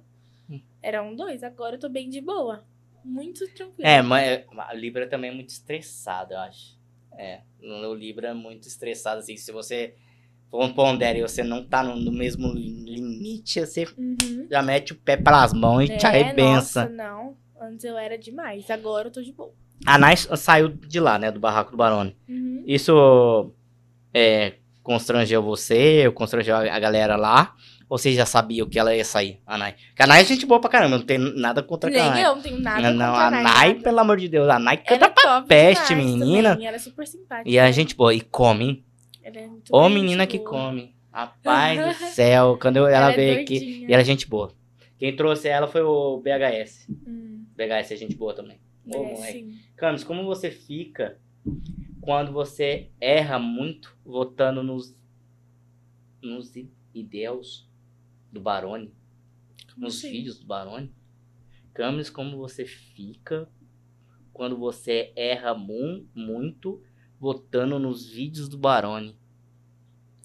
Hum. era um dois. Agora eu tô bem de boa. Muito tranquila. É, mas a Libra também é muito estressada, eu acho. É, o Libra é muito estressado, assim, se você for um pondera e você não tá no, no mesmo limite, você Uhum. já mete o pé pelas mãos e te É, arrebença. Nossa, não. Antes eu era demais. Agora eu tô de boa. A Nai saiu de lá, né? Do barraco do Barone. Uhum. Isso é, constrangeu você, constrangeu a a galera lá? Ou você já sabia que ela ia sair, a Nai? Porque a Nai é gente boa pra caramba, não tem nada contra a Nem Nai. eu não tenho nada não, não, contra a Nai, nada. pelo amor de Deus, a Nai Ela canta é top peste, demais menina. também, Ela é super simpática. E a gente boa, e come, hein? Ela é muito Ô gente menina que boa. come. Rapaz do céu, quando eu- ela, Ela é veio aqui. doidinha. E ela é gente boa. Quem trouxe ela foi o BHS. Hum, BHS é gente boa também. Ô, é, moleque. sim. Camis, como você fica quando você erra muito votando nos, nos i- ideais do Barone? Como nos assim? vídeos do Barone? Camis, como você fica quando você erra mu- muito votando nos vídeos do Barone?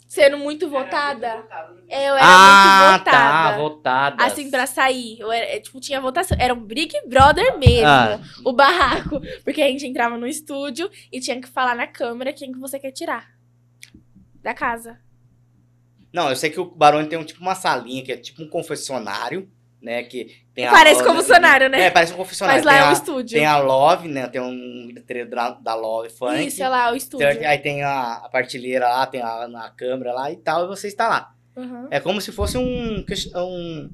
Sendo muito Era muito votada. votada no É, Eu era ah, muito votada. tá, votada. Assim, pra sair. Eu era- é, tipo, tinha votação. Era um Big Brother mesmo. Ah. O barraco. Porque a gente entrava no estúdio e tinha que falar na câmera quem que você quer tirar. Da casa. Não, eu sei que o Barone tem um, tipo uma salinha que é tipo um confessionário, né? Que tem a Parece roda- confessionário, né? É, parece um confessionário. Mas lá tem é o a- estúdio. Tem a Love, né? Tem um letreiro da, da Love Funk. Isso, é lá o estúdio. Tem- aí tem a, a partilheira lá, tem a, a câmera lá e tal, e você está lá. Uhum. É como se fosse um. ques- um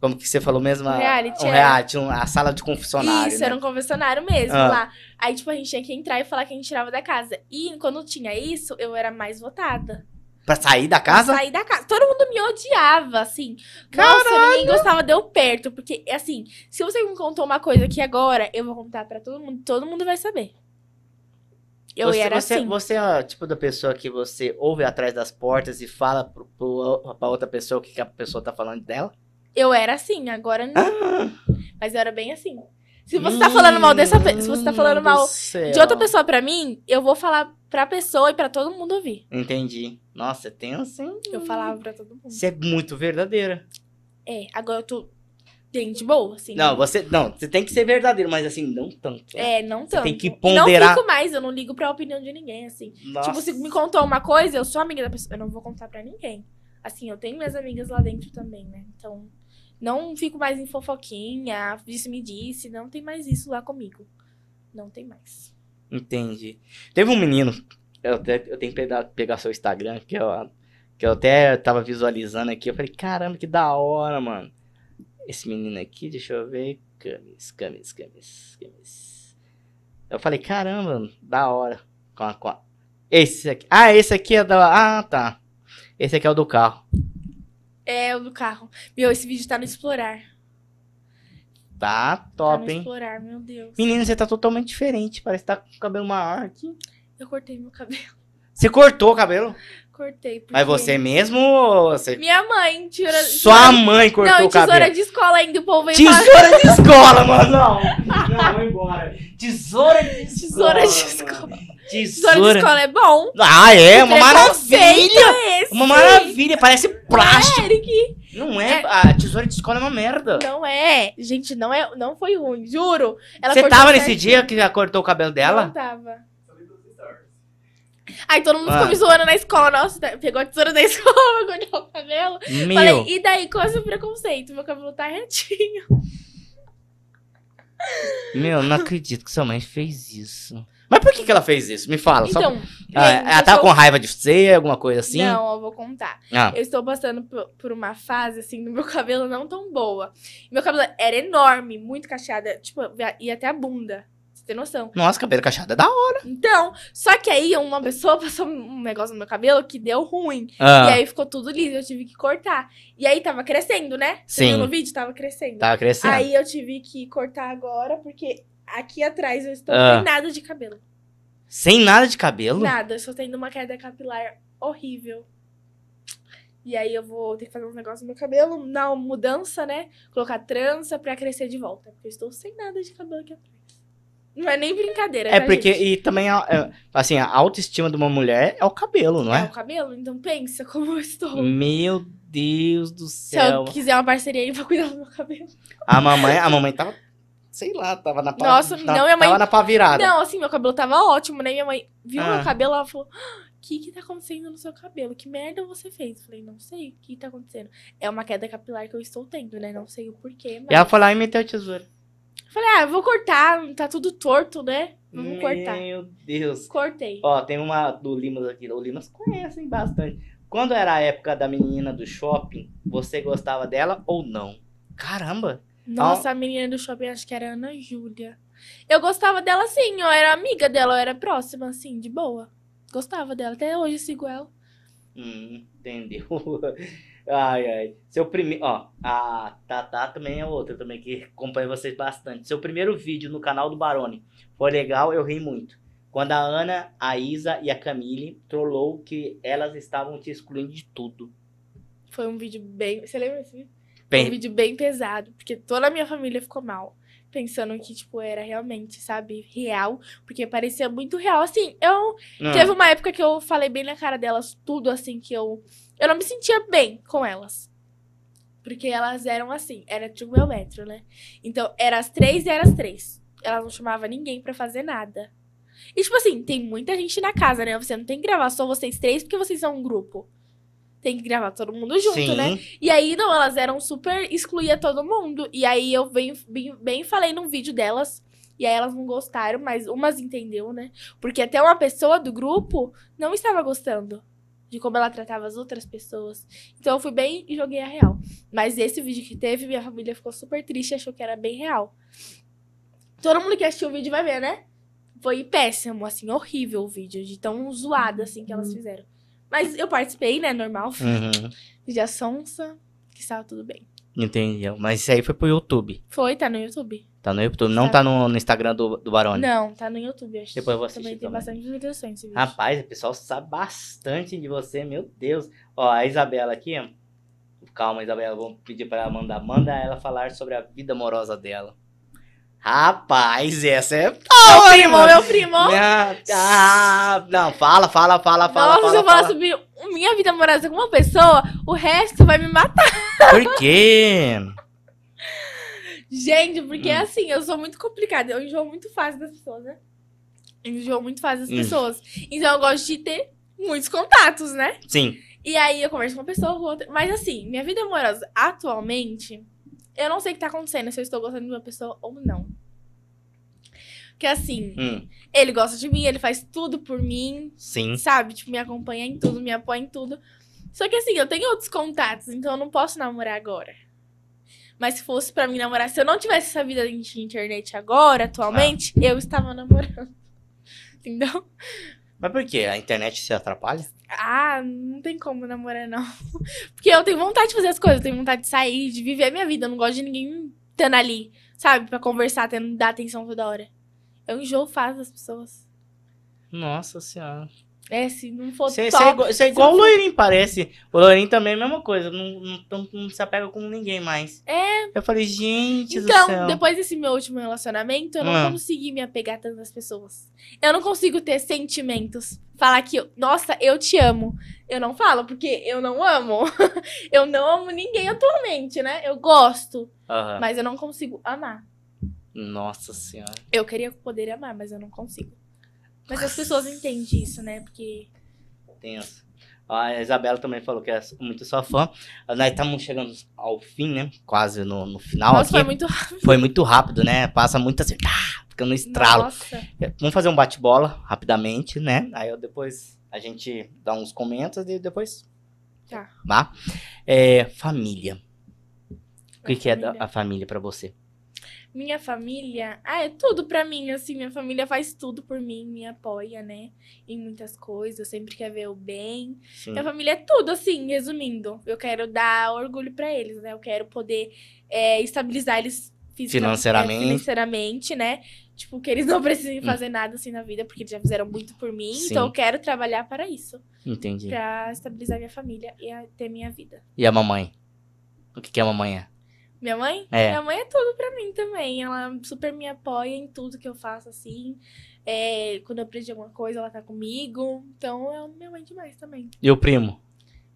como que você falou mesmo? Um A- reality, Um é. reality, um- a sala de confessionário. Isso, né? era um confessionário mesmo Ah. lá. Aí, tipo, a gente tinha que entrar e falar quem tirava da casa. E quando tinha isso, eu era mais votada. Pra sair da casa? Saí da casa. Todo mundo me odiava, assim. Nossa, ninguém gostava de eu perto. Porque, assim, se você me contou uma coisa aqui agora, eu vou contar pra todo mundo. Todo mundo vai saber. Eu você, era você, assim. Você é o tipo da pessoa que você ouve atrás das portas e fala pro, pro, pra outra pessoa o que, que a pessoa tá falando dela? Eu era assim, agora não. Ah! Mas eu era bem assim. Se você Hum. tá falando mal dessa pe- se você tá falando mal de outra pessoa pra mim, eu vou falar pra pessoa e pra todo mundo ouvir. Entendi. Nossa, é tenso, hein? Eu falava pra todo mundo. Você é muito verdadeira. É, agora eu tô gente boa, assim. Não, você. Não, você tem que ser verdadeiro, mas assim, não tanto. É, não tanto. tem que Não ponderar. ligo mais, eu não ligo pra opinião de ninguém, assim. Nossa. Tipo, se me contou uma coisa, eu sou amiga da pessoa, eu não vou contar pra ninguém. Assim, eu tenho minhas amigas lá dentro também, né? Então, não fico mais em fofoquinha, disse me disse, não tem mais isso lá comigo. Não tem mais. Entendi. Teve um menino, eu, até, eu tenho que pegar, pegar seu Instagram, que eu, que eu até tava visualizando aqui. Eu falei, caramba, que da hora, mano. Esse menino aqui, deixa eu ver. Camis, camis, camis, camis. Eu falei, caramba, da hora. Com a- com a- Esse aqui. Ah, esse aqui é da. Ah, tá. Esse aqui é o do carro. É, o do carro. Meu, esse vídeo tá no explorar. Tá tá top, no hein? explorar, meu Deus. Menino, você tá totalmente diferente. Parece que tá com o cabelo maior aqui. Eu cortei meu cabelo. Você cortou o cabelo? Cortei. porque Mas você mesmo ou você. Minha mãe, tesoura. Sua mãe cortou Não, o cabelo. tesoura de escola ainda, o povo veio falar. Tesoura de escola, mano. Não. Não, vou embora. Tesoura de escola. Tesoura de mano. escola. Tesoura. Tesoura de escola é bom. Ah, é? Uma Que maravilha. preconceito é esse? Uma maravilha. Parece plástico. Eric, Não é? A tesoura de escola é uma merda. Não é. Gente, não é, não foi ruim, juro. Ela Você cortou tava nesse certinho. dia que ela cortou o cabelo Não dela? tava. Só vi pelos stories. Aí todo mundo Ah. ficou me zoando na escola. Nossa, tá- pegou a tesoura da escola, cortou o cabelo. Falei, Meu. e daí, qual é o seu preconceito? Meu cabelo tá retinho. Meu, não acredito que sua mãe fez isso. Mas por que, que ela fez isso? Me fala. só... Então, Ah, gente, ela eu tava sou- com raiva de você, alguma coisa assim? Não, eu vou contar. Ah, Eu estou passando por, por uma fase, assim, do meu cabelo não tão boa. Meu cabelo era enorme, muito cacheado. Tipo, ia até a bunda. Você tem noção? nossa, cabelo cacheado é da hora. Então, só que aí uma pessoa passou um negócio no meu cabelo que deu ruim. E Ah, aí ficou tudo liso, eu tive que cortar. E aí tava crescendo, né? Você Sim. viu no vídeo? Tava crescendo. tava crescendo. Aí eu tive que cortar agora, porque aqui atrás eu estou Ah. sem nada de cabelo. Sem nada de cabelo? Nada, eu só tendo uma queda capilar horrível. E aí eu vou ter que fazer um negócio no meu cabelo, na mudança, né? Colocar trança pra crescer de volta. Porque eu estou sem nada de cabelo aqui atrás. Não é nem brincadeira, É tá, porque, gente? e também, a- é, assim, a autoestima de uma mulher é o cabelo, não É é? Hum, o cabelo, então pensa como eu estou. Meu Deus do Se eu céu. quiser uma parceria aí pra cuidar do meu cabelo. A mamãe, a mamãe tava, sei lá, tava na pá, Nossa, na- não, minha mãe- Tava na pá virada. Não, assim, meu cabelo tava ótimo, né? Minha mãe viu Ah. meu cabelo, ela falou: "Ah, O que que tá acontecendo no seu cabelo? Que merda você fez? Eu falei: Não sei, o que tá acontecendo? É uma queda capilar que eu estou tendo, né? Não sei o porquê, mas. E ela foi lá e meteu a tesoura. Eu Falei: Ah, eu vou cortar, tá tudo torto, né? Vamos cortar. Meu Deus. Cortei. Ó, tem uma do Limas aqui. O Limas conhecem bastante. Quando era a época da menina do shopping, você gostava dela ou não? Caramba. Nossa, a menina do shopping, acho que era a Ana Júlia. Eu gostava dela sim, eu era amiga dela, eu era próxima, assim, de boa. Gostava dela, até hoje eu sigo ela. Hum, entendeu? Ai, ai. Seu primeiro. Ó, a Tatá também é outra também que acompanha vocês bastante. Seu primeiro vídeo no canal do Barone foi legal, eu ri muito. Quando a Ana, a Isa e a Camille trollou que elas estavam te excluindo de tudo. Foi um vídeo bem. Você lembra desse vídeo? Foi Um Bem, vídeo bem pesado, porque toda a minha família ficou mal. Pensando que, tipo, era realmente, sabe, real. Porque parecia muito real. Assim, eu. hum, Teve uma época que eu falei bem na cara delas tudo, assim, que eu. Eu não me sentia bem com elas. Porque elas eram assim, era trigonometro, né? Então, era as três e era as três. Elas não chamavam ninguém pra fazer nada. E, tipo assim, tem muita gente na casa, né? Você não tem que gravar só vocês três, porque vocês são um grupo. Tem que gravar todo mundo junto, hum, sim, né? E aí, não, elas eram super. excluía todo mundo. E aí eu bem, bem, bem falei num vídeo delas. E aí elas não gostaram, mas umas entendeu, né? Porque até uma pessoa do grupo não estava gostando de como ela tratava as outras pessoas. Então eu fui bem e joguei a real. Mas esse vídeo que teve, minha família ficou super triste e achou que era bem real. Todo mundo que assistiu o vídeo vai ver, né? Foi péssimo, assim, horrível o vídeo, de tão zoado assim que elas fizeram. Mas eu participei, né? Normal, Uhum, de a Sonsa, que estava tudo bem. entendeu? Mas isso aí foi pro YouTube. Foi, tá no YouTube. Tá no YouTube, não tá no, no Instagram do, do Barone. Não, tá no YouTube, acho. Depois eu vou assistir Também tem também. bastante visualizações esse vídeo. Rapaz, o pessoal sabe bastante de você, meu Deus. Ó, a Isabela aqui, ó. Calma, Isabela, vou pedir pra ela mandar. Manda ela falar sobre a vida amorosa dela. Rapaz, essa é. Meu primo, meu primo. Minha- Ah, não, fala, fala, fala, fala. Nossa, fala, se eu falar fala. sobre minha vida amorosa com uma pessoa, o resto vai me matar. Por quê? Gente, porque Hum. assim, eu sou muito complicada. Eu enjoo muito fácil das pessoas, né? Eu enjoo muito fácil das Hum. pessoas. Então eu gosto de ter muitos contatos, né? Sim. E aí eu converso com uma pessoa com outra. Mas assim, minha vida amorosa atualmente, eu não sei o que tá acontecendo, se eu estou gostando de uma pessoa ou não. Porque assim, Hum, ele gosta de mim, ele faz tudo por mim, sim. sabe? Tipo, me acompanha em tudo, me apoia em tudo. Só que assim, eu tenho outros contatos, então eu não posso namorar agora. Mas se fosse pra mim namorar, se eu não tivesse essa vida de internet agora, atualmente, eu estava namorando. Entendeu? Mas por quê? A internet se atrapalha? Ah, não tem como namorar, não. Porque eu tenho vontade de fazer as coisas, eu tenho vontade de sair, de viver a minha vida. Eu não gosto de ninguém estando ali, sabe? Pra conversar, tendo dar atenção toda hora. Eu enjoo fácil das pessoas. Nossa senhora. É, se não for Você top, é igual, cê é igual o Loirinho, parece. O Loirinho também é a mesma coisa. Não, não, não- não se apega com ninguém mais. É. Eu falei, gente do Então, céu. depois desse meu último relacionamento, eu não Ah. consegui me apegar tanto às pessoas. Eu não consigo ter sentimentos. Falar que, eu- nossa, eu te amo. Eu não falo, porque eu não amo. eu não amo ninguém atualmente, né? Eu gosto, Aham. mas eu não consigo amar. Nossa senhora. Eu queria poder amar, mas eu não consigo. Mas as pessoas entendem isso, né? Porque. Tenso. A Isabela também falou que é muito sua fã. Nós estamos chegando ao fim, né? Quase no, no final nossa, foi Ah, aqui. é muito Foi muito rápido, né? Passa muito assim, tá, fica no estralo. Nossa. Vamos fazer um bate-bola rapidamente, né? Aí eu depois a gente dá uns comentos e depois. Tá. Tá? É, família. O que, que é da- família. a família pra você? Minha família, ah, é tudo pra mim, assim, minha família faz tudo por mim, me apoia, né, em muitas coisas, sempre quer ver o bem. Sim. Minha família é tudo, assim, resumindo. Eu quero dar orgulho pra eles, né? Eu quero poder é, estabilizar eles fisica- Financeiramente. Hum. é, financeiramente, né? Tipo, que eles não precisem fazer nada assim na vida, porque eles já fizeram muito por mim. Sim. Então eu quero trabalhar para isso, Entendi. pra estabilizar minha família e a- ter minha vida. E a mamãe? O que, que a mamãe é? Minha mãe? É. Minha mãe é tudo pra mim também. Ela super me apoia em tudo que eu faço, assim. É, quando eu aprendi alguma coisa, ela tá comigo. Então, eu amo minha mãe demais também. E o primo?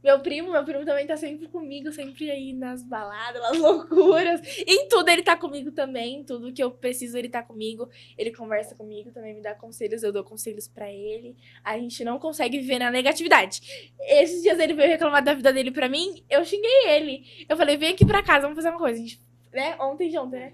Meu primo, meu primo também tá sempre comigo, sempre aí nas baladas, nas loucuras. Em tudo ele tá comigo também, em tudo que eu preciso ele tá comigo. Ele conversa comigo, também me dá conselhos, eu dou conselhos pra ele. A gente não consegue viver na negatividade. Esses dias ele veio reclamar da vida dele pra mim, eu xinguei ele. Eu falei, vem aqui pra casa, vamos fazer uma coisa, gente. Né? Ontem de ontem, né?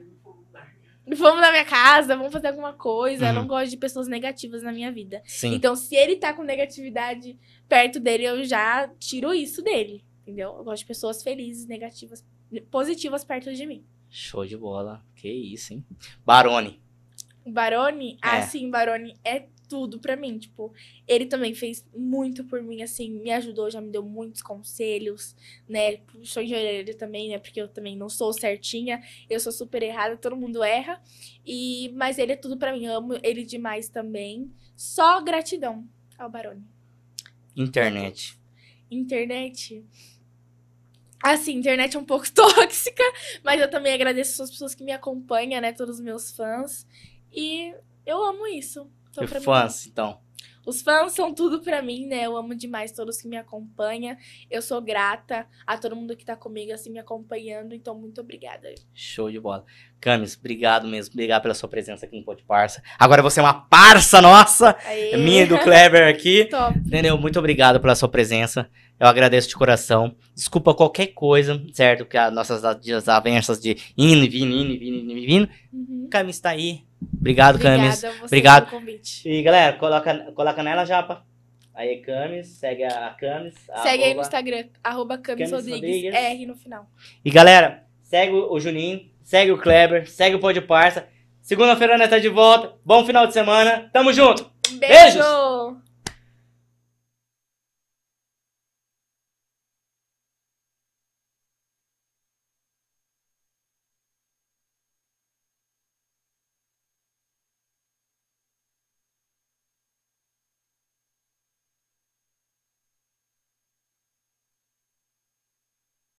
Vamos na minha casa, vamos fazer alguma coisa. Eu Uhum. não gosto de pessoas negativas na minha vida. Sim. Então, se ele tá com negatividade perto dele, eu já tiro isso dele. Entendeu? Eu gosto de pessoas felizes, negativas, positivas perto de mim. Show de bola. Que isso, hein? Barone. O Barone, É. assim, Barone é tudo pra mim. Tipo, ele também fez muito por mim, assim, me ajudou, já me deu muitos conselhos, né? Puxou de orelha também, né? Porque eu também não sou certinha, eu sou super errada, todo mundo erra. E, mas ele é tudo pra mim, eu amo ele demais também. Só gratidão ao Barone. Internet. Internet. Assim, internet é um pouco tóxica, mas eu também agradeço as pessoas que me acompanham, né? Todos os meus fãs. E eu amo isso. Então, E pra mim, fãs, então. os fãs são tudo pra mim, né? Eu amo demais todos que me acompanham. Eu sou grata a todo mundo que tá comigo, assim, me acompanhando. Então, muito obrigada. Show de bola. Camis, obrigado mesmo. Obrigado pela sua presença aqui no Pod Parça. Agora você é uma parça nossa. Aê! É minha e do Kleber aqui. Top. Entendeu? Muito obrigado pela sua presença. Eu agradeço de coração. Desculpa qualquer coisa, certo? Que as nossas avanças de indo e vindo, indo e vindo, indo e vindo. Uhum. Camis tá aí. Obrigado, Camis. Obrigada a você Obrigado. pelo convite. E galera, coloca, coloca nela, Japa. Aí, Camis. Segue a Camis. Segue aí no arroba- Instagram, arroba Camis Ah, Camis Rodrigues, Rodrigues. R no final. E galera, segue o Juninho, segue o Kleber, segue o Pod Parça. Segunda-feira nós tá de volta. Bom final de semana. Tamo junto. Um Beijos! beijo!